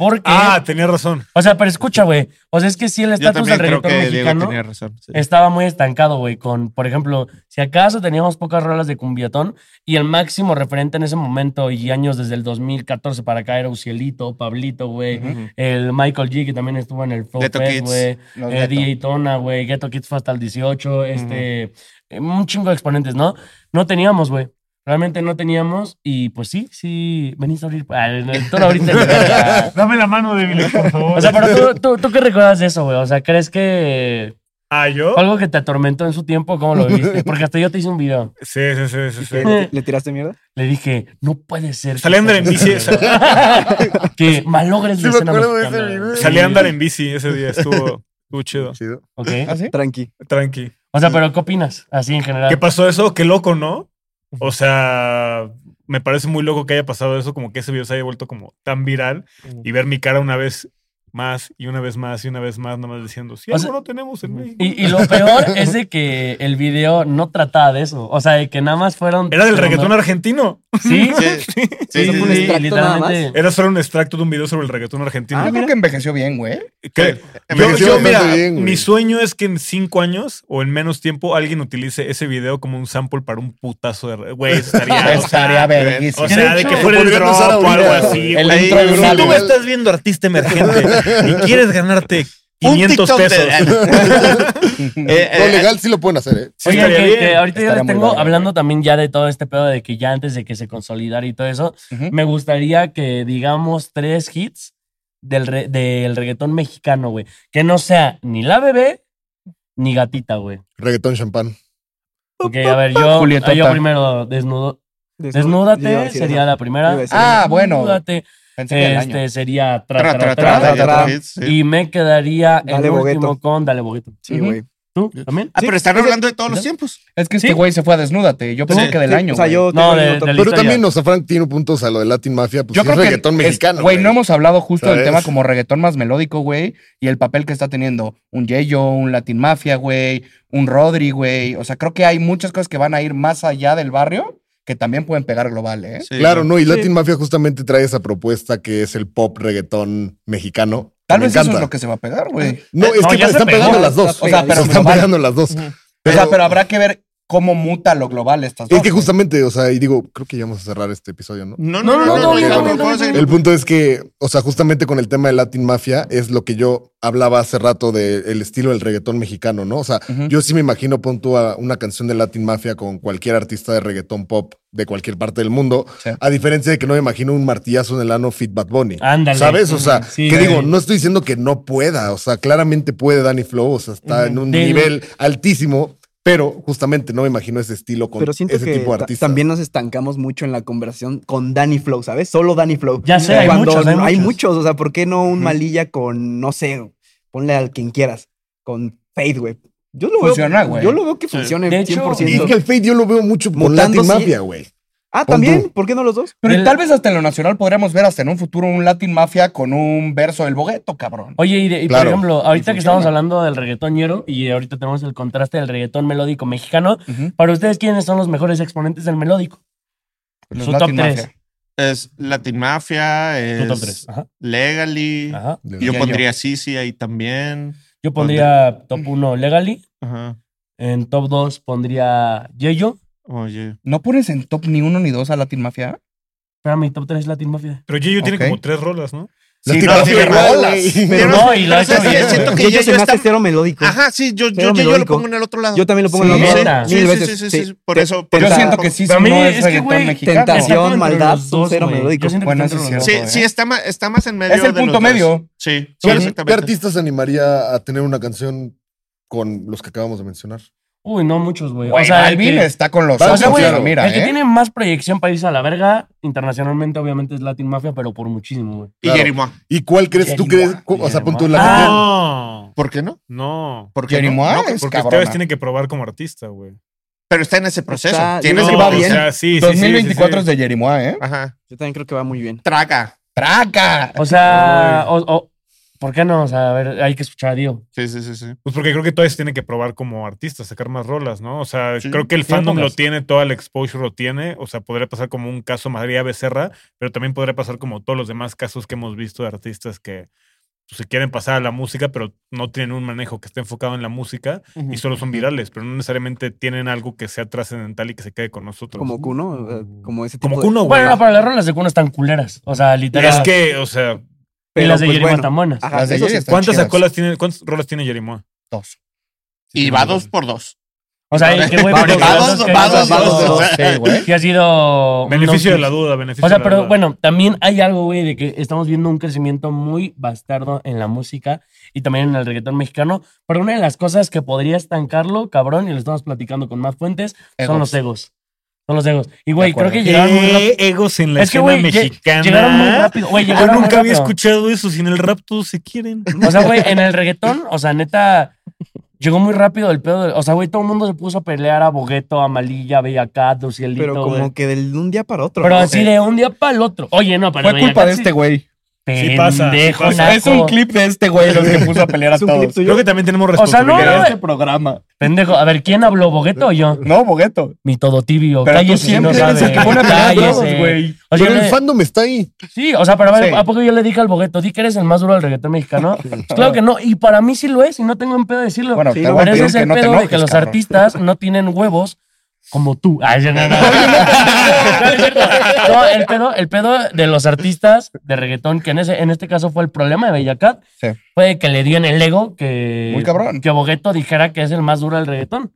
S2: Porque,
S1: Ah, tenías razón.
S2: o sea, pero escucha, güey. O sea, es que sí el
S6: Yo
S2: estatus
S6: también
S2: del
S6: creo
S2: reggaetón
S6: que Diego
S2: mexicano
S6: tenía razón. sí.
S2: estaba muy estancado, güey. Con, por ejemplo, si acaso teníamos pocas rolas de cumbiatón y el máximo referente en ese momento y años desde el 2014 para acá era Ucielito, Pablito, güey.
S4: Ujú.
S2: El Michael G, que también estuvo en el Flow
S6: Ghetto
S2: Fest,
S6: Kids.
S2: güey.
S4: Los
S2: Eh,
S4: Ghetto.
S2: DJ Tona, güey, Ghetto Kids fue hasta el 18, este, eh, un chingo de exponentes, ¿no? No teníamos, güey. Realmente no teníamos y pues sí, sí, venís a abrir. Ah, el- el Tona ahorita.
S1: Dame la mano de por favor.
S2: o sea, pero tú, tú, ¿tú qué recuerdas de eso, güey? O sea, ¿crees que
S1: Ah, yo.
S2: fue algo que te atormentó en su tiempo? ¿Cómo lo viste? Porque hasta yo te hice un video.
S1: Sí, sí, sí, sí. sí.
S3: ¿Le, le- le tiraste mierda?
S2: Le dije, no puede ser. que
S1: Salí a andar en
S2: seas
S1: bici,
S2: así, güey. Que malogres
S5: Sí
S2: la
S5: me
S2: escena
S5: acuerdo de ese
S2: mexicana, güey.
S5: video.
S1: Salí a andar en bici ese día. Estuvo, estuvo chido.
S5: Chido.
S2: Ok.
S4: ¿Ah, sí?
S3: Tranqui.
S1: Tranqui.
S2: O sea, pero ¿qué opinas? Así en general.
S1: ¿Qué pasó eso? Qué loco, ¿no? O sea, me parece muy loco que haya pasado eso, como que ese video se haya vuelto como tan viral y ver mi cara una vez más y una vez más y una vez más, nada más diciendo, si
S2: O
S1: algo
S2: sea-
S1: no tenemos en México.
S2: Y, y lo peor es de que el video no trataba de eso. O sea, de que nada más fueron.
S1: Era del reggaetón argentino.
S2: Sí,
S6: Sí, sí, sí,
S3: Eso fue un
S6: sí.
S3: extracto nada
S2: literalmente.
S1: Era solo un extracto de un video sobre el reggaetón argentino.
S4: Yo creo que envejeció bien, güey.
S1: Que- Yo,
S5: Envejeció
S1: yo,
S5: bastante
S1: mira,
S5: bien, güey.
S1: mi sueño es que en cinco años o en menos tiempo alguien utilice ese video como un sample para un putazo de... re- Güey, eso estaría... o
S4: Estaría
S1: sea,
S4: verguísimo.
S1: O sea, de
S2: hecho,
S1: que fuera el
S5: podrían
S1: drop
S5: usar
S1: o algo
S5: ahorita.
S1: así.
S4: El
S1: güey.
S4: intro de
S1: si
S4: un
S1: tú
S4: álbum.
S1: estás viendo artista emergente y quieres ganarte
S6: Un
S1: 500
S6: TikTok de-
S1: pesos...
S6: Eh, eh,
S5: Lo legal sí lo pueden hacer, ¿eh?
S1: sí
S2: Oigan,
S1: estaría
S2: que,
S1: bien.
S2: que ahorita yo
S4: Estaría
S2: les
S4: muy
S2: tengo
S4: verga,
S2: hablando también ya de todo este pedo de que ya antes de que se consolidara y todo eso,
S4: Ujú.
S2: me gustaría que digamos tres hits del, re- del reggaetón mexicano, güey. Que no sea ni la bebé ni gatita, güey.
S5: Reggaetón champán.
S2: Ok, a ver, yo,
S4: Julietota.
S2: yo primero desnudo.
S3: Yo iba a
S2: Desnúdate
S3: decir
S2: sería
S3: eso.
S2: la
S3: Yo
S2: primera.
S3: iba a decir
S4: Ah, bueno.
S2: Desnúdate.
S4: Pensé que el año.
S2: Este sería tra, tra,
S6: tra, tra, tra,
S2: tra,
S6: tra,
S3: tra,
S6: tra,
S3: tra.
S6: sí.
S2: Y me quedaría
S3: Dale
S2: el último
S3: Bogueto.
S2: con Dale Bogueto.
S3: Sí,
S2: Ujú.
S3: güey.
S2: ¿Tú también?
S6: Ah, pero están
S3: es-
S6: hablando de todos los
S2: ¿no?
S6: tiempo.
S4: Es que este
S2: Sí.
S4: güey se fue a desnúdate. Yo pensé
S6: Sí.
S4: que del
S3: Sí,
S4: año.
S3: O sea,
S4: güey.
S3: yo
S2: No, de-
S3: tengo otro-
S2: de la
S5: Pero
S2: historia.
S5: también, o sea, Frank tiene puntos a lo de Latin Mafia, pues
S4: Yo
S5: sí es reggaetón
S4: es-
S5: mexicano.
S4: Güey, no hemos hablado justo del
S5: ¿Sabes?
S4: tema como reggaetón más melódico, güey. Y el papel que está teniendo un Yeyo, un Latin Mafia, güey. Un Rodri, güey. O sea, creo que hay muchas cosas que van a ir más allá del barrio que también pueden pegar global, ¿eh?
S6: Sí,
S5: Claro,
S6: güey.
S5: no, y Latin Mafia justamente trae esa propuesta que es el pop reggaetón mexicano.
S4: Tal
S5: Me
S4: vez eso
S5: encanta.
S4: es lo que se va a pegar, güey.
S5: No, es
S2: No,
S5: que
S2: ya se
S5: están
S2: pegó.
S5: pegando las dos.
S4: O sea, pero
S5: Se están
S4: global.
S5: pegando las dos.
S4: O sea,
S5: Pero-
S4: pero habrá que ver cómo muta lo global estas dos.
S5: Es que
S4: güey.
S5: justamente, o sea, y digo, creo que ya vamos a cerrar este episodio, ¿no?
S6: No, no, no, no, no,
S5: no,
S6: hija,
S5: no,
S6: por
S5: no,
S6: favor,
S2: no,
S6: seguir.
S5: El punto es que, o sea, justamente con el tema de Latin Mafia es lo que yo hablaba hace rato del estilo del reggaetón mexicano, ¿no? O sea,
S4: Ujú.
S5: yo sí me imagino, pon tú a una canción de Latin Mafia con cualquier artista de reggaetón pop de cualquier parte del mundo,
S4: Sí. Ah,
S5: a diferencia de que no me imagino un martillazo en el ano Fit Bad Bunny.
S2: Ándale.
S5: ¿Sabes? O sea,
S2: Ujú, sí,
S5: que
S2: güey.
S5: digo, no estoy diciendo que no pueda, o sea, claramente puede Danny Flow, o sea, está en un
S2: Del-
S5: nivel altísimo, pero justamente no me imagino ese estilo con
S3: Pero
S5: ese
S3: siento que
S5: tipo de
S3: ta-
S5: artistas.
S3: también nos estancamos mucho en la conversación con Danny Flow, ¿sabes? Solo Danny Flow.
S2: Ya sé, hay
S3: Cuando
S2: muchos, hay
S3: no-
S2: muchos.
S3: o sea, ¿por qué no un
S6: Ujú.
S3: malilla con, no sé, ponle al quien quieras, con Faith, güey? Yo lo
S4: Funciona,
S3: veo,
S4: güey.
S3: yo lo veo que
S6: Sí.
S3: funcione
S2: De hecho,
S5: Y es
S3: 100%.
S5: que el Fade yo lo veo mucho con
S3: Mutando,
S5: Latin
S3: sí.
S5: Mafia, güey.
S3: ah,
S5: pon
S3: también,
S5: tú.
S3: ¿por qué no los dos?
S4: Pero
S2: El-
S4: tal vez hasta en lo nacional podríamos ver hasta en un futuro un Latin Mafia con un verso del Bogueto, cabrón.
S2: Oye, y, de- y por
S5: Claro.
S2: ejemplo, ahorita que
S4: funciona.
S2: estamos hablando del reggaetonero y ahorita tenemos el contraste del reggaetón melódico mexicano,
S4: Ujú.
S2: para ustedes, ¿quiénes son los mejores exponentes del melódico?
S4: Los
S2: Su
S4: Latin
S2: top tres.
S4: Mafia.
S6: Es Latin Mafia,
S2: Tu top
S6: es
S2: 3. Ajá.
S6: Legally.
S2: Ajá.
S6: Yo
S4: Ya,
S6: pondría Sisi ahí también.
S2: Yo pondría top 1 Legally.
S6: Ajá.
S2: En top 2 pondría Yeyo.
S6: Oye.
S4: ¿No pones en top ni uno ni dos a Latin Mafia?
S2: Para mi top 3 Latin Mafia.
S1: Pero Yeyo tiene
S4: Ok.
S1: como tres rolas, ¿no?
S5: Latin
S6: no,
S5: Mafia
S6: tiene
S5: igual,
S6: rolas.
S5: güey.
S2: Pero no, y la
S6: pero
S2: otra
S6: sí,
S2: vez-
S6: siento que
S3: yo,
S6: ya
S3: se
S6: yo
S3: me hace
S6: está-
S3: cero melódico.
S6: Ajá, sí, yo,
S3: Cero
S6: yo, yo, lo
S3: melódico.
S6: pongo en el otro lado.
S3: Yo también lo pongo en
S2: Sí,
S3: los dos.
S2: neta.
S6: Sí,
S3: Mil
S6: sí,
S3: veces.
S6: sí, sí,
S3: sí.
S6: sí, Por eso. por
S4: Yo
S3: Tenta-
S6: eso
S4: siento que sí,
S2: Para
S4: sí,
S2: mí
S4: no es,
S2: es que,
S4: reggaetón
S2: güey,
S4: mexicano.
S3: tentación.
S2: Está entre
S3: maldad,
S2: los
S3: son
S2: dos,
S3: cero
S2: güey.
S3: melódicos.
S2: Yo siento que
S4: Bueno,
S2: está
S4: eso
S2: entre
S4: es
S2: los
S6: Sí,
S4: cierto,
S2: dos.
S4: ¿eh?
S6: sí, está más, está más en medio.
S4: Es el
S6: de los
S4: punto
S6: dos.
S4: medio.
S6: Sí, sí,
S5: ¿Qué, qué
S6: exactamente.
S5: artistas animaría a tener una canción con los que acabamos de mencionar?
S2: Uy, no muchos, güey.
S4: Güey,
S2: o sea, el
S4: Balvin
S2: que-
S4: está con los
S5: O sea,
S2: O
S4: ojos,
S2: sea, güey,
S4: claro, mira,
S2: el que
S4: ¿eh?
S2: tiene más proyección país a la verga, internacionalmente, obviamente, es Latin Mafia, pero por muchísimo, güey.
S6: Y
S5: Claro.
S6: Jerimoa.
S5: ¿Y cuál crees tú crees?
S4: Jerimoa,
S5: O sea, pon tú la
S2: Jerimoa.
S3: Ah,
S5: canción.
S1: No,
S6: ¿Por qué no?
S1: no.
S6: ¿Por qué no?
S4: Jerimoa
S1: No,
S4: es
S1: porque
S4: cabrona.
S1: ustedes tienen que probar como artista, güey.
S6: Pero está en ese proceso.
S3: Está-
S6: Tienes
S3: yo
S6: que
S3: creo que va
S6: o
S3: bien.
S6: sea,
S1: sí, sí, sí,
S4: 2024
S1: sí,
S4: es
S1: sí.
S4: de Jerimoa, ¿eh?
S6: Ajá.
S3: Yo también creo que va muy bien.
S6: Traga.
S4: ¡Traca!
S2: O sea, o, o- ¿por qué no? O sea, a ver, hay que escuchar a Dio.
S6: Sí, sí, sí, sí.
S1: Pues porque creo que todavía se tienen que probar como artistas, sacar más rolas, ¿no? O sea,
S6: Sí.
S1: creo que el
S2: Tienen
S1: fandom lo
S2: pocas.
S1: tiene, toda la exposure lo tiene. O sea, podría pasar como un caso María Becerra, pero también podría pasar como todos los demás casos que hemos visto de artistas que pues, se quieren pasar a la música, pero no tienen un manejo que esté enfocado en la música y solo son virales, pero no necesariamente tienen algo que sea trascendental y que se quede con nosotros.
S3: Como Kuno, eh, como ese tipo
S1: Como
S3: de-
S1: Kuno, güey.
S2: Bueno, no, pero las rolas de Cuno están culeras. O sea, literal.
S1: es que, o sea,
S2: y las de
S3: pues,
S2: Jerima
S3: bueno.
S2: están buenas.
S1: Ah,
S3: Ajá,
S4: Las de
S3: eso
S4: Jerry
S3: sí.
S4: están
S1: ¿cuántas,
S4: chidas.
S1: rolas tiene, ¿cuántas rolas tiene Jerimoa?
S4: Dos.
S6: Y va dos por dos.
S2: O sea, y que güey,
S6: Va
S2: por
S6: dos,
S2: ejemplo, que-
S6: va dos,
S4: Va
S6: va dos,
S4: dos,
S6: o sea,
S4: sí, güey.
S2: que ha sido. un
S1: Beneficio de la
S2: outfit.
S1: duda, beneficio
S2: pues, O sea,
S1: de la
S2: pero
S1: duda.
S2: bueno, también hay algo, güey, de que estamos viendo un crecimiento muy bastardo en la música y también en el reggaetón mexicano. Pero una de las cosas que podría estancarlo, cabrón, y lo estamos platicando con más fuentes, son
S4: Egos.
S2: los egos. Son los egos. Y, güey, creo
S4: acuerdo.
S2: que llegaron muy rápido.
S1: Eh, egos en
S2: Es que, güey, lle- llegaron muy rápido. Güey,
S1: Yo
S2: llegaron muy
S1: nunca había
S2: rápido.
S1: escuchado eso. Si en el rap todos se quieren.
S2: O sea, güey, en el reggaetón, o sea, neta, llegó muy rápido el pedo. de- o sea, güey, todo el mundo se puso a pelear a Bogueto, a Malilla, a Bella Cat, Lucielito,
S3: Pero como
S2: güey.
S3: que de un día para otro.
S2: Pero
S3: ¿no?
S2: así de un día para el otro. Oye, no, para
S4: Fue culpa de este güey.
S1: Sí pasa, sí
S2: Pendejo,
S1: pasa.
S4: Es un
S2: naco.
S4: clip de este güey los que puso a pelear a
S3: Es un clip
S4: todos.
S1: Creo
S3: tuyo.
S1: que también tenemos
S2: O sea, no,
S1: responsabilidad.
S2: no,
S4: Este programa.
S2: Pendejo, a ver, ¿quién habló, Bogueto o yo?
S4: No, Bogueto.
S2: Mi todo tibio.
S4: Pero tú
S2: cállese si
S4: siempre
S2: no
S4: eres el
S2: sabe.
S4: que pone a pelear a todos,
S2: Cállese.
S4: güey.
S2: O sea,
S5: Pero
S2: yo le-
S5: el fandom está ahí.
S2: sí, o sea, pero a ver,
S4: Sí.
S2: ¿a poco yo le dije al Bogueto, di que eres el más duro del reggaetón mexicano? Pues claro que no, y para mí sí lo es, y no tengo un pedo de decirlo.
S4: Bueno,
S3: Sí,
S4: te
S3: no,
S4: voy a
S2: pero ese
S4: pedir
S2: es
S4: que
S2: el
S4: no te
S2: pedo de
S4: enojes,
S2: que los
S4: cabrón.
S2: artistas no tienen huevos como tú. Ay, no, no, no. No, es cierto. No, el pedo, el pedo de los artistas de reggaetón, que en, ese, en este caso fue el problema de Bellacat,
S4: Sí.
S2: fue que le dio en el ego que,
S4: Muy cabrón.
S2: que Bogueto dijera que es el más duro del reggaetón.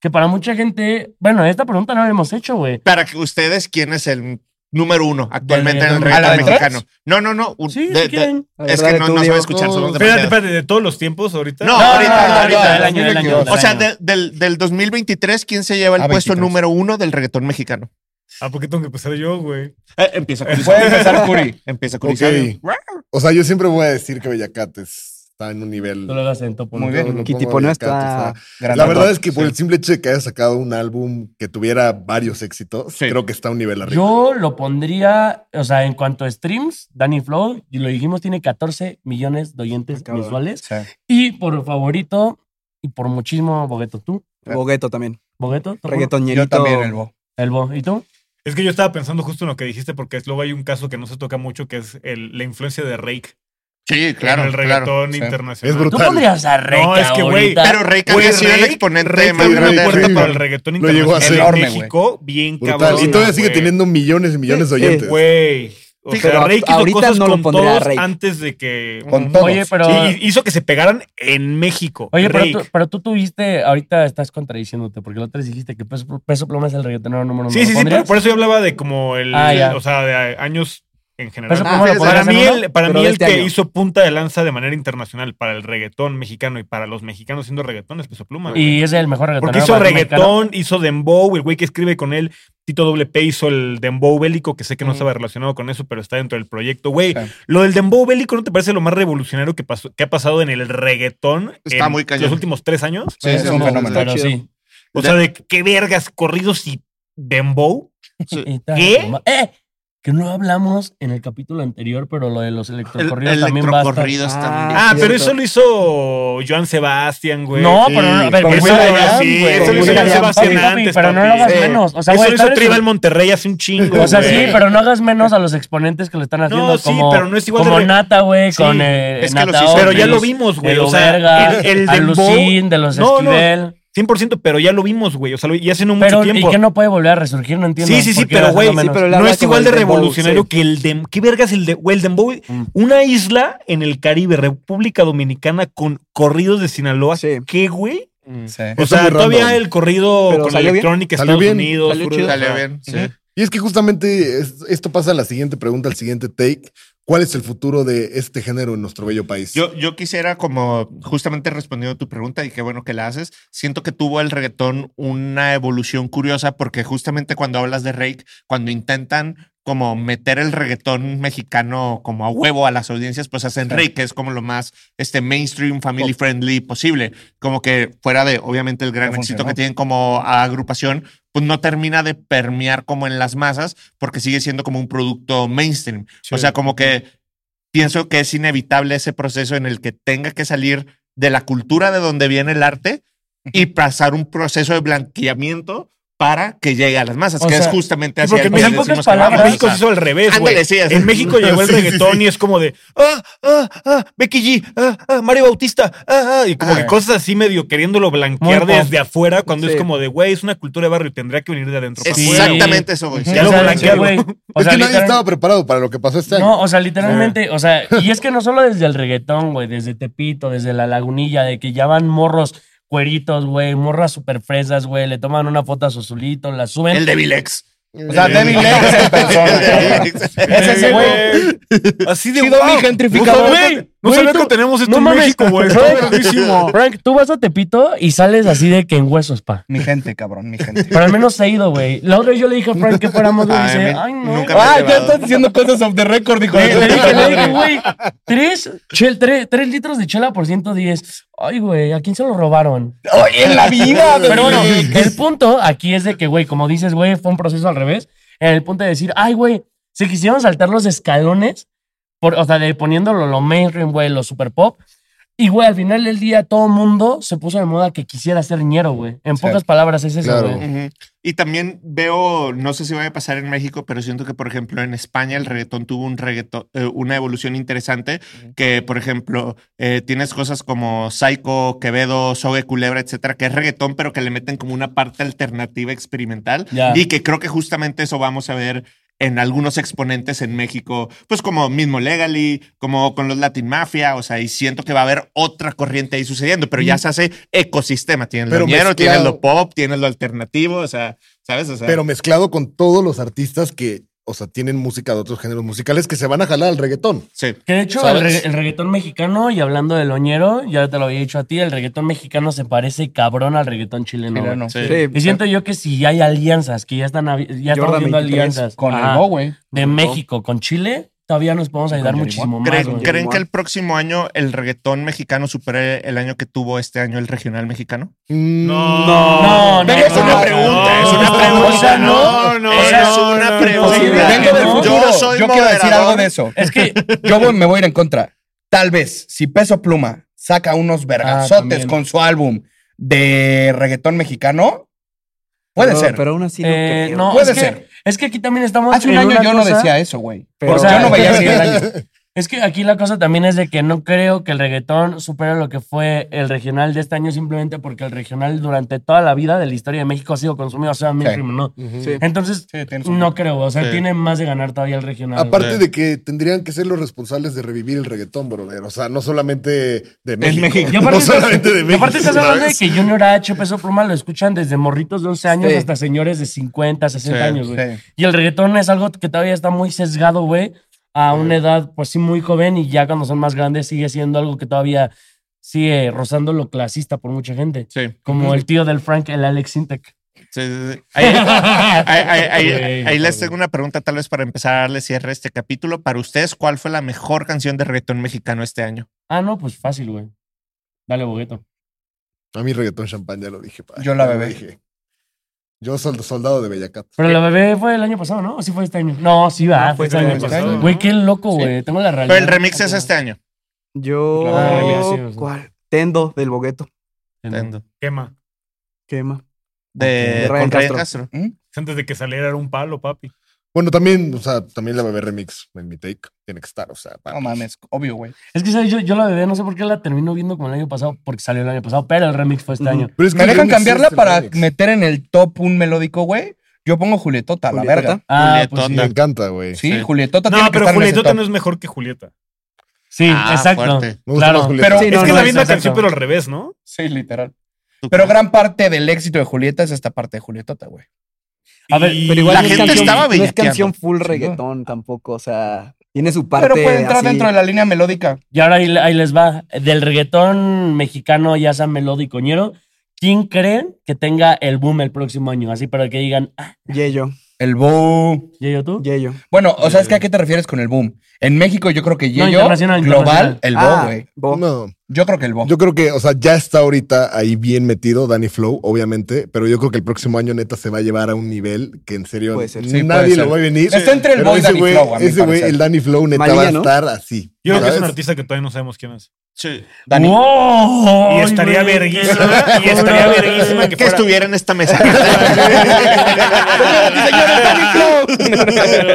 S2: Que para mucha gente, bueno, esta pregunta no la hemos hecho, güey.
S6: Para que ustedes, ¿quién es el número uno actualmente en el
S2: reggaetón.
S4: ¿A
S6: reggaetón
S4: la de
S6: mexicano? No, no, no. un-
S2: Sí,
S6: de-
S2: si
S6: de-
S2: quieren.
S3: A ver,
S6: es
S3: dale
S6: que no,
S3: tú,
S6: no se va
S3: Diego.
S6: a escuchar. somos
S1: Espérate,
S6: demasiados.
S1: espérate, de todos los tiempos ahorita.
S6: No,
S2: No,
S6: ahorita,
S2: no, no,
S6: ahorita.
S2: del año, del año, del
S6: O sea,
S2: año.
S6: de- del, del 2023, ¿quién se lleva el
S4: A
S6: puesto
S4: 23.
S6: número uno del reggaetón mexicano?
S1: ¿A por qué tengo que empezar yo, güey?
S6: Eh, empieza con
S4: Puede empezar Curi.
S6: Empieza con
S5: Ok. O sea, yo siempre voy a decir que Bellacat es está en un nivel.
S2: Tú lo hagas en topo.
S4: Muy bien.
S5: Yo lo
S3: Kitty
S5: pongo
S3: Pono
S5: ahí
S3: está-
S5: acá, tú, o sea,
S4: Gran
S5: La
S4: dato.
S5: verdad es que por
S6: Sí.
S5: el simple hecho de que haya sacado un álbum que tuviera varios éxitos,
S6: Sí.
S5: creo que está a un nivel arriba.
S2: Yo lo pondría, o sea, en cuanto a streams, Danny Flow, y lo dijimos, tiene 14 millones de oyentes
S3: Cabrón.
S2: mensuales.
S4: Sí.
S2: Y por favorito, y por muchísimo, Bogueto, tú.
S3: Bogueto también.
S2: Bogueto, ¿Tú?
S3: Reggaetonerito.
S4: Yo también, el Bo.
S2: El Bo, ¿y tú?
S1: Es que yo estaba pensando justo en lo que dijiste, porque es- luego hay un caso que no se toca mucho, que es el- la influencia de Rake
S6: Sí, claro.
S1: en el
S6: claro.
S1: reggaetón
S4: sí.
S1: internacional.
S5: Es brutal.
S2: ¿Tú pondrías a Reca
S1: No, es que, güey,
S2: ahorita?
S6: Pero Rey
S1: Güey,
S6: había sido el
S1: Rake-
S6: exponente
S1: Rake
S6: más
S1: abrió
S6: grande
S1: una
S6: del
S1: puerta
S5: reggaetón.
S1: para
S6: reggaetón.
S1: el reggaetón
S5: Lo llegó a
S1: internacional en
S5: hacer.
S4: Enorme, güey.
S1: México, bien
S5: Brutal.
S1: cabrón.
S5: y todavía sigue
S1: güey.
S5: teniendo millones y millones de
S3: Sí, sí.
S5: oyentes.
S1: Güey. O
S6: Sí,
S1: sea,
S3: pero
S1: Rake hizo
S3: ahorita
S1: cosas
S3: no lo
S1: con
S3: pondría
S1: todos
S3: Rake.
S1: antes de que...
S4: Con
S1: Mm,
S4: todos.
S2: Oye, pero...
S1: Sí, y- hizo que se pegaran en México.
S2: Oye, pero
S1: Rake.
S2: tú, pero tú tuviste, ahorita estás contradiciéndote, porque la otra vez dijiste que peso, peso pluma es el reggaetonero número uno.
S1: Sí,
S2: ¿Lo
S1: sí, sí,
S2: pondrías?
S1: pero por eso yo hablaba de como el,
S2: Ah, ya.
S1: o sea, de años en general.
S2: Peso
S6: Ah,
S2: pluma
S6: sí,
S2: lo
S6: desde
S1: para
S2: pondrías en
S1: mí
S2: uno?
S1: el, para
S3: Pero
S1: mí
S3: de
S1: el
S3: este
S1: que
S3: año.
S1: hizo punta de lanza de manera internacional para el reggaetón mexicano y para los mexicanos siendo reggaetón es Peso Pluma. güey.
S2: Y es el mejor reggaetonero.
S1: Porque hizo
S2: para ti mexicano.
S1: reggaetón, hizo dembow, el güey que escribe con él, Tito Doble P hizo el dembow bélico, que sé que no
S4: Ujú.
S1: estaba relacionado con eso, pero está dentro del proyecto. Güey,
S4: Sí.
S1: lo del dembow bélico, ¿no te parece lo más revolucionario que, pasó, que ha pasado en el reggaetón
S6: Está
S1: en
S6: muy cañón.
S1: los últimos tres años?
S4: Sí, es un
S3: no,
S4: fenómeno.
S2: Pero
S3: chido.
S2: sí.
S1: O sea, de qué vergas, corridos y dembow.
S2: Y tal,
S1: ¿Qué?
S2: como- ¡Eh! Que no hablamos en el capítulo anterior, pero lo de los
S6: El-
S2: electrocorridos también va a estar.
S6: Electrocorridos
S3: Ah,
S6: también.
S1: Ah, pero
S3: cierto.
S1: eso lo hizo Joan Sebastián, güey.
S2: no,
S6: sí.
S2: pero no, a ver,
S4: Con
S2: pero
S1: eso
S2: eso
S1: lo
S2: lo
S4: Willy William,
S1: hizo,
S2: hagas,
S1: sí,
S4: güey.
S1: eso lo hizo
S3: Willy
S1: Joan
S3: William,
S1: Sebastián
S2: papi, papi,
S1: antes.
S2: pero no
S1: papi.
S2: lo hagas
S1: Sí.
S2: menos. O sea,
S1: eso
S2: güey,
S1: lo
S2: tú
S1: hizo
S2: eres
S1: Tribal
S2: el-
S1: Monterrey hace un chingo.
S2: O sea, sí,
S1: güey.
S2: pero no hagas menos a los exponentes que lo están haciendo
S1: No, sí,
S2: como,
S1: pero no es igual de
S2: como
S1: re-
S2: Nata, güey,
S1: Sí,
S2: con eh,
S6: es que los
S2: Nata
S6: hizo-
S1: Pero ya
S2: Otis,
S1: lo vimos, güey.
S2: de
S1: O
S2: lo
S1: sea,
S2: verga,
S1: el, el
S2: a
S1: dembow,
S2: Lucín, de los
S1: No, no.
S2: Esquivel.
S1: 100%, pero ya lo vimos, güey. O sea, lo- y hace no mucho
S2: Pero,
S1: tiempo.
S2: ¿y que no puede volver a resurgir? No entiendo.
S1: Sí, sí, sí,
S2: por qué
S1: pero,
S2: lo hacen
S1: güey,
S2: menos.
S3: sí, pero-
S1: No
S3: habla
S1: es
S3: como
S1: igual de
S3: el dembow,
S1: revolucionario
S3: sí.
S1: que el dembow. ¿Qué vergas el de, güey, el dembow?
S2: Mm.
S1: Una isla en el Caribe, República Dominicana, con corridos de Sinaloa.
S3: Ah, Sí.
S1: ¿Qué, güey?
S4: Sí.
S5: Está
S1: O sea,
S5: muy
S1: todavía
S5: random.
S1: el corrido
S3: Pero
S1: con
S3: salió bien.
S1: electrónica
S5: Salió
S1: Estados
S5: bien.
S1: Unidos.
S3: Salió
S1: Fruit,
S3: chido.
S1: o sea,
S6: Salió bien, sí.
S5: Y es que justamente es- esto pasa a la siguiente pregunta, al siguiente take. ¿Cuál es el futuro de este género en nuestro bello país?
S6: Yo, yo quisiera, como justamente respondiendo a tu pregunta, y qué bueno que la haces, siento que tuvo el reggaetón una evolución curiosa, porque justamente cuando hablas de Rake, cuando intentan como meter el reggaetón mexicano como a huevo a las audiencias, pues hacen Rake, que es como lo más este, mainstream, family friendly posible. Como que fuera de, obviamente, el gran
S4: No
S6: éxito
S4: funcionó.
S6: que tienen como agrupación, pues no termina de permear como en las masas, porque sigue siendo como un producto mainstream. O sea, como que pienso que es inevitable ese proceso en el que tenga que salir de la cultura de donde viene el arte y pasar un proceso de blanqueamiento para que llegue a las masas,
S2: O
S6: que es
S2: sea,
S6: justamente
S2: sí,
S6: hacia
S2: porque
S6: el que
S2: en
S6: decimos
S2: pocas
S6: que vamos,
S1: En
S2: palabras-
S1: México
S6: o
S1: se
S6: sea,
S1: hizo al revés, güey.
S6: ándale, sí, así.
S1: En México llegó el
S5: Sí, sí,
S1: reggaetón
S5: sí.
S1: y es como de ah, ah, ah, Becky G, ah, ah, Mario Bautista, ah, ah, y como
S4: Ah.
S1: que cosas así medio queriéndolo blanquear
S2: Muy pop.
S1: desde afuera cuando es
S3: Sí.
S1: como de güey, es una cultura de barrio, tendría que venir de adentro. para
S2: Sí.
S1: afuera".
S6: Exactamente eso, güey.
S1: Ya lo
S2: O sea,
S1: blanquearon.
S2: güey, o
S5: es
S2: sea,
S5: que nadie
S2: literal-
S5: estaba preparado para lo que pasó este año.
S2: No, o sea, literalmente, o sea, y es que no solo desde el reggaetón, güey, desde Tepito, desde la lagunilla, de que ya van morros cueritos, güey, morras super fresas, güey, le toman una foto a su zulito, la suben.
S6: El de Vilex.
S4: O sea, Devin Lex es el persona. Es ese güey.
S1: Así de
S4: Chido,
S1: wow.
S4: mi gentrificador.
S1: Güey, no
S2: Güey,
S1: sabía
S2: tú-
S1: que tenemos esto
S2: no
S1: en
S2: mames,
S1: México, güey. Está
S2: Frank,
S1: verguísimo.
S2: Frank, tú vas a Tepito y sales así de que en huesos, pa.
S4: Mi gente, cabrón, mi gente.
S2: Pero al menos se ha ido, güey. La otra vez yo le dije a Frank que fuéramos, güey, y
S6: Ay,
S2: dice,
S6: men,
S2: ay, no.
S6: nunca
S4: Ah,
S6: me
S4: ya
S6: he
S4: estás diciendo cosas off the record, hijo de
S2: Le,
S4: tu
S2: le dije, le dije,
S4: madre.
S2: güey, tres, chel- tres, tres litros de chela por 110. Ay, güey, ¿a quién se lo robaron?
S4: Oye, en la vida,
S2: Pero bueno,
S4: bebé.
S2: el punto aquí es de que, güey, como dices, güey, fue un proceso al revés. En el punto de decir, ay, güey, se quisieron saltar los escalones, por, o sea, de poniéndolo lo mainstream, güey, lo super pop. Y, güey, al final del día todo mundo se puso de moda que quisiera ser ñero, güey. En
S4: Sí.
S2: pocas palabras es eso,
S5: Claro.
S2: güey.
S6: Ujú. Y también veo, no sé si vaya a pasar en México, pero siento que, por ejemplo, en España el reggaetón tuvo un reggaetón, eh, una evolución interesante, que, por ejemplo, eh, tienes cosas como Psycho, Quevedo, Sobe Culebra, etcétera, que es reggaetón, pero que le meten como una parte alternativa experimental.
S2: Ya.
S6: Y que creo que justamente eso vamos a ver en algunos exponentes en México, pues como mismo Legally, como con los Latin Mafia, o sea, y siento que va a haber otra corriente ahí sucediendo, pero ya se hace ecosistema, tienen lo
S5: Pero
S6: ñero, tienen
S5: mezclado.
S6: lo pop, tienes lo alternativo, o sea, ¿sabes? O sea,
S5: Pero mezclado con todos los artistas que, o sea, tienen música de otros géneros musicales que se van a jalar al reggaetón.
S6: sí.
S2: Que de hecho, el,
S5: ¿Sabes?
S2: regga- el reggaetón mexicano, y hablando del oñero, ya te lo había dicho a ti, el reggaetón mexicano se parece cabrón al reggaetón chileno. güey.
S4: Chileno.
S6: Sí.
S2: Y siento yo que si hay alianzas, que ya están habi- ya estamos
S3: Jordan
S2: viendo
S3: 23
S2: alianzas
S4: Con el
S2: ajá,
S4: Bo, güey.
S2: de México con Chile, todavía nos podemos ayudar
S4: Johnny
S2: muchísimo más.
S6: ¿Creen,
S2: güey.
S6: creen que el próximo año el reggaetón mexicano supere el año que tuvo este año el regional mexicano?
S1: No,
S2: No, no,
S6: Venga, es
S2: no,
S1: Ah,
S6: una
S2: no,
S6: pregunta,
S2: no,
S6: es una
S2: no,
S6: pregunta.
S2: o sea, no.
S1: no, no,
S6: Esa es
S1: no,
S6: una
S1: no,
S6: pregunta.
S2: no.
S4: Vengo del
S2: Yo
S4: futuro.
S6: soy
S4: Yo quiero decir
S6: moderador.
S4: algo de eso.
S2: Es que
S4: Yo voy- me voy a ir en contra. Tal vez, si Peso Pluma saca unos vergazotes
S2: también.
S4: con su álbum de reggaetón mexicano, puede
S3: Pero-
S4: ser.
S3: Pero aún así no
S2: eh,
S3: creo.
S2: no,
S4: Puede
S2: es que-
S4: ser.
S2: es que aquí también estamos.
S4: Hace un
S2: en
S4: año
S2: una
S4: yo no
S2: cosa-
S4: decía eso, güey.
S3: Pero-
S2: o sea,
S4: yo no veía así el año.
S2: Es que aquí la cosa también es de que no creo que el reggaetón supere lo que fue el regional de este año simplemente porque el regional durante toda la vida de la historia de México ha sido consumido, sea
S4: Sí.
S2: mainstream o no.
S3: Sí.
S2: Entonces,
S4: Sí, tienes un-
S2: no creo, o sea,
S6: Sí.
S2: tiene más de ganar todavía el regional. güey.
S5: Aparte
S6: Sí.
S5: de que tendrían que ser los responsables de revivir el reggaetón, brother. O sea, no solamente de México.
S4: México.
S2: Y aparte,
S5: No solamente de
S2: y
S5: México.
S2: aparte estás hablando de
S5: ¿sabes?
S2: que Junior H, Peso Pluma, lo escuchan desde morritos de 11 años
S3: Sí.
S2: hasta señores de 50, 60
S6: Sí,
S2: años, güey.
S4: Sí.
S2: Y el reggaetón es algo que todavía está muy sesgado, güey, a una edad, pues sí, muy joven y ya cuando son más grandes sigue siendo algo que todavía sigue rozando lo clasista por mucha gente.
S6: Sí,
S2: Como el tío del Frank, el Alex Sintek.
S6: sí, sí, sí. Ahí, ahí- ahí- ahí- ahí les tengo una pregunta, tal vez para empezar a darle cierre a este capítulo. Para ustedes, ¿cuál fue la mejor canción de reggaetón mexicano este año?
S2: Ah, no, pues fácil, güey. Dale, bogueto.
S5: A mí reggaetón champán, ya lo dije. pa.
S4: Yo la
S5: Ya lo
S4: bebé.
S5: dije. Yo sol- soldado de Bellacat.
S2: Pero la bebé fue el año pasado, ¿no? ¿O sí fue este año? Eh, No, sí va, fue
S1: No, fue
S2: este
S1: el
S2: año
S1: año
S2: pasado.
S1: pasado,
S2: Güey,
S1: ¿no?
S2: qué loco, güey. Tengo la realidad.
S6: Pero el remix es este año.
S3: Yo.
S2: Claro, sí, o sea.
S3: ¿Cuál? Tendo del Bogueto.
S6: Entiendo.
S1: quema.
S3: Quema.
S6: De
S3: De Ryan
S6: con Ryan
S3: Castro.
S6: Castro.
S4: ¿Mm?
S1: Es Antes de que saliera era un palo, papi.
S5: Bueno, también, o sea, también la bebé remix en mi take. Tiene que estar, o sea. pa.
S4: No mames, obvio, güey.
S2: Es que ¿sabes? Yo, yo la bebé, no sé por qué la termino viendo como el año pasado, porque salió el año pasado, pero el remix fue este
S3: Ujú.
S2: año.
S5: Pero es que
S4: ¿Me
S5: el
S4: dejan
S5: remix
S4: cambiarla
S5: es el
S4: para
S5: remix.
S4: meter en el top un melódico, güey? Yo pongo Julietota, la
S3: Julietota.
S4: verga.
S2: Ah, pues sí.
S5: Me encanta, güey.
S4: Sí,
S6: Sí.
S4: Julietota
S1: No,
S4: tiene que
S1: pero
S4: estar en ese
S1: Julietota
S4: top.
S1: no es mejor que Julieta.
S2: Sí,
S6: Ah,
S2: exacto.
S6: fuerte.
S5: Me gusta
S2: Claro.
S5: más Julieta.
S4: Pero-
S5: Pero,
S3: Sí, no,
S1: es que
S3: no,
S1: es la
S2: es
S1: misma
S2: exacto.
S1: canción, pero al revés, ¿no?
S4: Sí, literal.
S6: ¿Tú
S4: Pero
S6: crees?
S4: gran parte del éxito de Julieta es esta parte de Julietota, güey.
S2: A ver,
S1: Y-
S3: Pero igual
S6: La
S3: no es
S6: gente
S3: canción-
S6: estaba
S3: No es
S6: bellaqueando.
S3: canción full
S4: no.
S3: reggaetón tampoco, o sea, tiene su parte.
S4: Pero puede entrar
S3: así.
S4: dentro de la línea melódica.
S2: Y ahora ahí, ahí les va. Del reggaetón mexicano, ya sea melódico, ñero, ¿quién creen que tenga el boom el próximo año? Así para que digan, ah,
S3: Yeyo,
S4: El boom.
S2: ¿yo tú?
S3: Yeyo.
S4: Bueno, o sea,
S6: Eh,
S4: es que a qué te refieres con el boom. En México yo creo que
S2: No,
S4: Yeyo,
S2: internacional,
S4: global,
S2: internacional.
S4: el
S3: Ah,
S4: boom, güey.
S3: Bo.
S5: no,
S4: Yo creo que el boom.
S5: yo creo que, o sea, ya está ahorita ahí bien metido Danny Flow, obviamente, pero yo creo que el próximo año neta se va a llevar a un nivel que en serio
S3: Puede ser.
S4: Sí,
S5: nadie
S4: puede
S5: lo
S4: ser.
S5: va a venir.
S4: Está entre el
S5: Pero
S4: boy y
S5: ese
S4: Danny
S5: güey-
S4: Flow, a mi
S5: Ese güey,
S4: parecer.
S5: el Danny Flow neta
S3: Malilla,
S5: va a
S3: ¿no?
S5: estar así.
S1: Yo creo que es un
S5: ¿sabes?
S1: artista que todavía no sabemos quién es.
S6: Sí.
S4: Dani.
S2: ¡Wow!
S1: Y estaría
S2: Ay, güey,
S1: verguísima.
S2: qué
S1: Y estaría
S2: cabrón.
S1: verguísima que
S6: Que
S1: fuera.
S6: estuviera en esta mesa.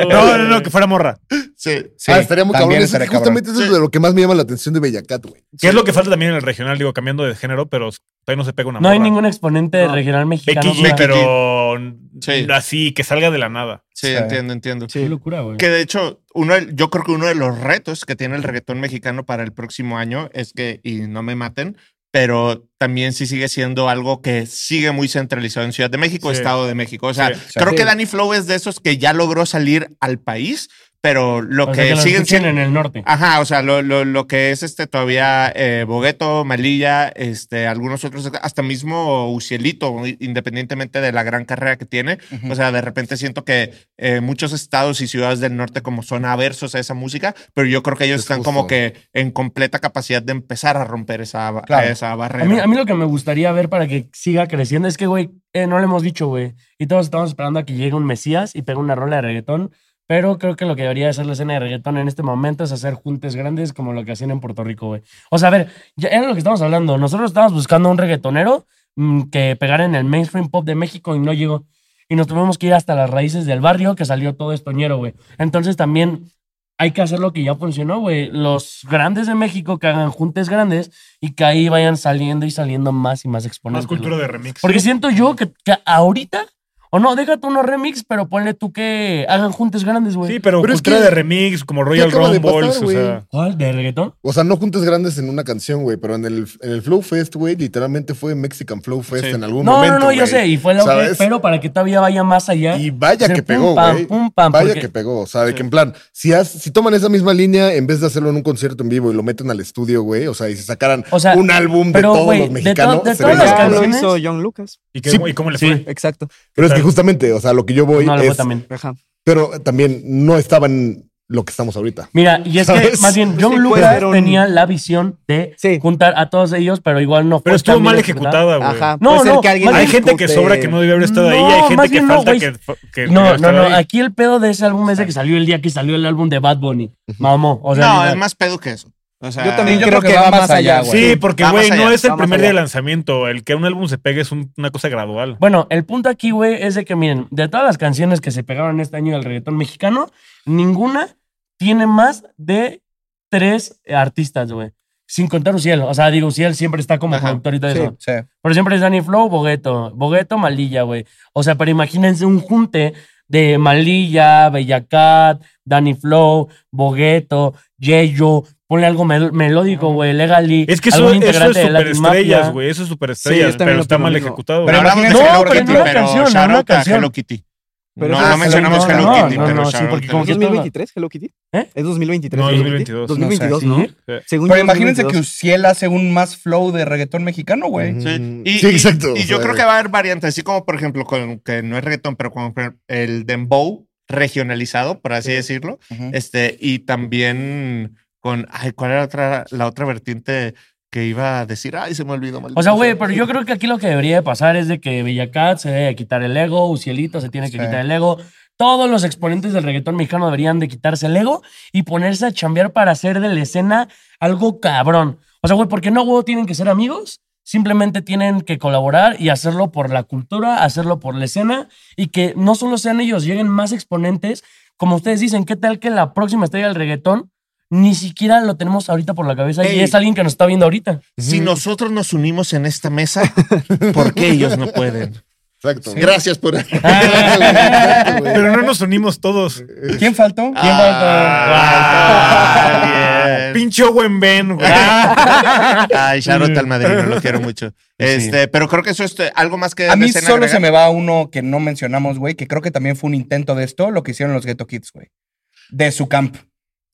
S1: No, no, no, que fuera morra.
S6: Sí.
S4: Sí,
S5: ah, estaría muy
S4: también
S5: cabrón. Eso-
S4: estaría cabrón.
S5: justamente eso es de lo que más me llama la atención de Bellacat, güey.
S1: Que es lo que falta también en el regional, digo, cambiando de género, pero todavía no se pega una
S2: No
S1: morra.
S2: hay ningún exponente
S3: No.
S2: regional mexicano.
S1: Becky G,
S2: dura.
S1: pero
S6: Sí.
S1: así, que salga de la nada.
S6: Sí,
S4: Sí.
S6: entiendo, entiendo.
S2: Qué
S3: Sí.
S2: locura, güey.
S6: Que de hecho, uno, de- yo creo que uno de los retos que tiene el reggaetón mexicano para el próximo año es que, y no me maten, pero también sí sigue siendo algo que sigue muy centralizado en Ciudad de México,
S1: Sí.
S6: Estado de México. O sea,
S1: Sí,
S4: sí.
S6: creo
S3: Sí.
S6: que Danny Flow es de esos que ya logró salir al país, pero lo
S2: O sea,
S6: que,
S2: que lo
S6: siguen
S2: escuchen
S6: siendo... Ah,
S2: en el norte.
S6: Ajá, o sea, lo, lo, lo que es este todavía eh, Bogueto, Malilla, este, algunos otros, hasta mismo Ucielito, independientemente de la gran carrera que tiene.
S4: Ujú.
S6: O sea, de repente siento que eh, muchos estados y ciudades del norte como son aversos a esa música, pero yo creo que ellos
S5: Es
S6: están
S5: justo.
S6: como que en completa capacidad de empezar a romper esa, ba-
S4: Claro.
S6: esa barrera.
S2: A mí, a mí lo que me gustaría ver para que siga creciendo es que, güey, eh, no le hemos dicho, güey. Y todos estamos esperando a que llegue un Mesías y pegue una rola de reggaetón. Pero creo que lo que debería hacer la escena de reggaetón en este momento es hacer juntes grandes como lo que hacían en Puerto Rico, güey. O sea, a ver, ya era lo que estamos hablando. Nosotros estábamos buscando un reggaetonero mm, que pegara en el mainstream pop de México y no llegó. Y nos tuvimos que ir hasta las raíces del barrio que salió todo estoñero, güey. Entonces también hay que hacer lo que ya funcionó, güey. Los grandes de México que hagan juntes grandes y que ahí vayan saliendo y saliendo más y más exponentes.
S1: Más cultura
S2: güey.
S1: de remix.
S2: Porque siento yo que, que ahorita, o no, déjate unos remix, pero ponle tú que hagan juntes grandes, güey.
S1: Sí, pero,
S5: Pero es
S1: cultura
S5: que-
S1: de remix, como Royal
S5: acaba de
S1: Rumbles,
S5: pasar,
S1: o
S5: güey?
S1: sea.
S2: ¿Cuál? ¿De reggaetón?
S5: O sea, no juntas grandes en una canción, güey, pero en el, en el Flow Fest, güey, literalmente fue Mexican Flow Fest
S6: Sí.
S5: en algún
S2: No,
S5: momento.
S2: no, no, yo
S5: güey.
S2: sé, y fue la
S5: ¿Sabes?
S2: pero para que todavía vaya más allá.
S5: Y vaya
S2: Hacer
S5: que
S2: pum,
S5: pegó,
S2: pam,
S5: güey.
S2: pum, pam,
S5: Vaya
S2: porque-
S5: que pegó. O sea, de
S6: Sí.
S5: que en plan, si, has- si toman esa misma línea, en vez de hacerlo en un concierto en vivo y lo meten al estudio, güey, o sea, y se sacaran
S2: O sea,
S5: un álbum de
S2: pero,
S5: todos
S2: güey,
S5: los
S2: de
S5: mexicanos.
S2: to- de
S5: se
S2: todas
S5: veía
S2: las
S5: cabrón.
S3: Ya lo
S2: canciones.
S3: hizo John Lucas.
S1: ¿Y, qué-
S5: Sí.
S1: ¿Y cómo le
S2: Sí.
S1: fue?
S3: Exacto.
S5: Pero es que justamente, o sea, lo que yo voy
S2: no, lo fue
S5: es.
S2: también.
S3: Ajá.
S5: Pero también no estaban lo que estamos ahorita.
S2: Mira, y es que
S5: ¿Sabes?
S2: más bien
S3: Sí,
S2: John Lucas
S3: fueron-
S2: tenía la visión de
S3: Sí.
S2: juntar a todos ellos, pero igual no fue
S1: Pero estuvo
S2: tan bien
S1: mal ejecutada, güey.
S3: Ajá.
S2: No,
S3: puede ser
S2: no,
S3: que alguien
S2: más
S1: Hay
S3: le
S1: gente que
S3: impute-
S1: sobra que no debió haber estado ahí.
S2: No,
S1: Hay gente
S2: más
S1: que
S2: bien no,
S1: falta
S2: güey.
S1: que, que
S2: No,
S1: debió
S2: no,
S1: estar
S2: no.
S1: ahí.
S2: Aquí el pedo de ese álbum es de que salió el día que salió el álbum de Bad Bunny. Mamó. O sea,
S6: no,
S2: literal.
S6: es más pedo que eso. O sea,
S3: Yo también
S4: yo
S3: creo que va más allá, güey.
S1: Sí, porque,
S6: Vamos
S1: güey, no
S6: allá,
S1: es el
S3: vamos
S1: primer
S3: allá.
S1: día de lanzamiento. El que un álbum se pegue es un- una cosa gradual.
S2: Bueno, el punto aquí, güey, es de que, miren, de todas las canciones que se pegaron este año del reggaetón mexicano, ninguna tiene más de tres artistas, güey. Sin contar Uciel. O sea, digo, Uciel siempre está como
S6: Ajá.
S2: productor y todo
S4: Sí,
S2: eso.
S4: sí.
S2: Pero siempre es Danny Flow, Bogueto. Bogueto, Malilla, güey. O sea, pero imagínense un junte de Malilla, Bellacat, Danny Flow, Bogueto, Yeyo. Ponle algo mel- melódico, güey, Legally.
S1: Es que eso,
S2: algún
S1: eso es
S2: integrante de Latin
S1: superestrellas,
S2: Mafia.
S1: güey. Eso es superestrellas,
S3: Sí, yo también
S1: pero
S3: lo
S1: está
S3: opino
S1: mal
S3: lo mismo.
S1: ejecutado.
S6: Pero
S4: Pero
S6: hablamos de
S2: no,
S6: Hello
S2: pero
S6: Kitty,
S2: no una
S6: pero
S2: canción, no
S6: shout
S2: una
S6: out a
S2: canción.
S6: Hello Kitty.
S3: Pero
S6: no,
S3: es-
S6: no
S3: ah,
S6: mencionamos
S2: no,
S6: Hello
S2: no,
S6: Kitty,
S2: no,
S6: pero
S2: no, sí,
S6: shout out
S2: porque
S6: a
S2: como
S6: Hello
S3: ¿Es
S2: que-
S6: Kitty.
S3: 2023 Hello Kitty?
S2: ¿Eh?
S3: Es 2023.
S1: No,
S3: Hello
S1: 2022.
S3: Kitty? 2022, ¿no?
S2: ¿Sí?
S3: Según
S4: Pero
S3: yo,
S4: imagínense que
S3: 2022.
S4: Uciel hace un más flow de reggaetón mexicano, güey.
S5: Ujú.
S6: Sí, y,
S5: Sí,
S6: y-
S5: exacto.
S6: Y,
S5: O
S6: yo
S5: sea,
S6: creo que va a haber variantes, así como por ejemplo, con, que no es reggaetón, pero con el dembow regionalizado, por así decirlo.
S4: Ujú.
S6: Este, y también con, ay, ¿cuál era otra, la otra vertiente que iba a decir? Ay, se me olvidó. maldita
S2: O sea, güey,
S6: sea.
S2: pero yo creo que aquí lo que debería de pasar es de que Bellacat se debe de quitar el ego, Ucielito se tiene que
S4: Sí.
S2: quitar el ego. Todos los exponentes del reggaetón mexicano deberían de quitarse el ego y ponerse a chambear para hacer de la escena algo cabrón. O sea, güey, porque no, güey, tienen que ser amigos. Simplemente tienen que colaborar y hacerlo por la cultura, hacerlo por la escena y que no solo sean ellos, lleguen más exponentes. Como ustedes dicen, ¿qué tal que la próxima estrella del reggaetón ni siquiera lo tenemos ahorita por la cabeza y
S6: Ey.
S2: es alguien que nos está viendo ahorita?
S6: Si nosotros nos unimos en esta mesa, ¿por qué ellos no pueden?
S5: Exacto. güey.
S6: Gracias por.
S2: Ah.
S5: Exacto, güey.
S1: Pero no nos unimos todos.
S4: ¿Quién faltó?
S6: Ah, bien.
S1: Pinche Owen Ben, güey.
S6: Ay, Charlotte al madrino, lo quiero mucho. Este, pero creo que eso es eh, algo más que
S4: A
S6: la
S4: mí
S6: escena
S4: solo
S6: agregar.
S4: se me va uno que no mencionamos, güey, que creo que también fue un intento de esto, lo que hicieron los Ghetto Kids, güey. De su camp.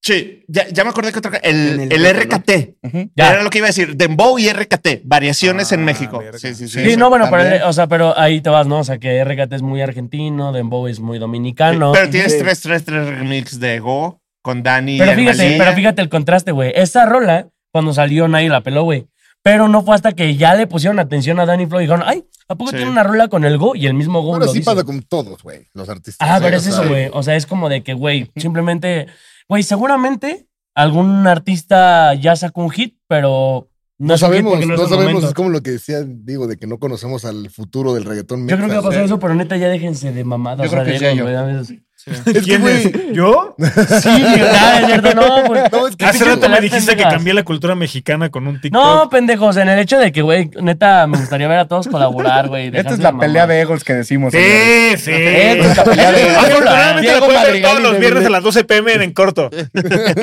S6: Sí, ya, ya me acordé que otra cosa, el,
S3: En el
S6: el
S3: grupo,
S6: RKT.
S4: Ujú.
S2: Ya.
S6: Era lo que iba a decir, Dembow y RKT, variaciones en
S1: Ah,
S6: México.
S1: verga.
S6: Sí, sí, sí.
S2: Sí,
S6: eso.
S2: no, bueno, pero,
S4: también.
S2: o sea, pero ahí te vas, ¿no? O sea, que RKT es muy argentino, Dembow es muy
S6: Sí,
S2: dominicano.
S6: Pero tienes
S3: Sí.
S6: tres, tres, tres remix de Go con Dani.
S2: Pero
S6: y
S2: fíjate,
S6: Hermanilla.
S2: pero fíjate el contraste, güey. Esa rola, cuando salió, nadie la peló, güey. Pero no fue hasta que ya le pusieron atención a Danny Flow y dijeron, ay, ¿a poco
S6: Sí.
S2: tiene una rola con el Go? Y el mismo Go
S5: Ahora
S2: lo
S5: sí
S2: dice.
S5: pasa con todos, güey, los artistas.
S2: Ah,
S5: ¿eh?
S2: pero
S5: O
S2: es
S5: sea,
S2: eso, güey. O sea, es como de que, güey, simplemente, güey, seguramente algún artista ya sacó un hit, pero no,
S5: No
S2: es un hit
S5: sabemos,
S2: porque
S5: no,
S2: es el
S5: sabemos,
S2: momento.
S5: es como lo que decía, digo, de que no conocemos al futuro del reggaetón.
S2: Yo creo que va a
S5: mexicano.
S2: pasar eso, pero neta, ya déjense de mamadas.
S4: Yo creo
S2: o sea,
S4: que
S2: de
S4: sí,
S2: egos,
S4: yo.
S2: güey, a veces.
S5: Es que,
S1: ¿Quién
S5: güey,
S1: es? ¿Yo?
S2: Sí, nada, Ah, es cierto, no, güey.
S5: no, es que
S1: Hace
S5: sí,
S1: rato me
S2: pelar
S1: dijiste que
S2: pendejas.
S1: cambié la cultura mexicana con un TikTok.
S2: No, pendejos, en el hecho de que, güey, neta, me gustaría ver a todos colaborar, güey.
S4: Esta es la pelea de egos que decimos. señores.
S1: Sí, sí.
S4: Esta es la pelea de egos.
S1: Afortunadamente la
S4: Diego
S1: puedes ver
S4: Madrigal
S1: todos
S4: y
S1: los
S4: Bebe.
S1: viernes a las 12 pm en, en corto.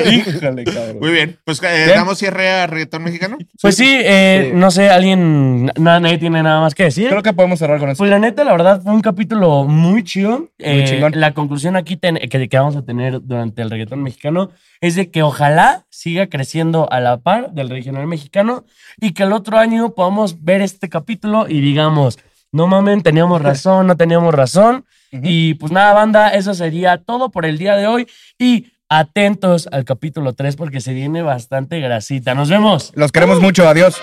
S4: Híjole, cabrón.
S6: Muy bien, pues eh,
S4: Bien.
S6: damos cierre a reggaetón mexicano.
S2: Pues sí, eh, no sé, alguien, na- nadie tiene nada más que decir.
S4: Creo que podemos cerrar con eso.
S2: Pues la neta, la verdad, fue un capítulo muy chido. Eh,
S4: chingón.
S2: La conclusión aquí ten- que, que vamos a tener durante el reggaetón mexicano es de que ojalá siga creciendo a la par del regional mexicano y que el otro año podamos ver este capítulo y digamos, no mamen, teníamos razón, no teníamos razón.
S4: Ujú.
S2: Y pues nada, banda, eso sería todo por el día de hoy y atentos al capítulo 3 porque se viene bastante grasita. Nos vemos.
S4: Los queremos mucho. Adiós.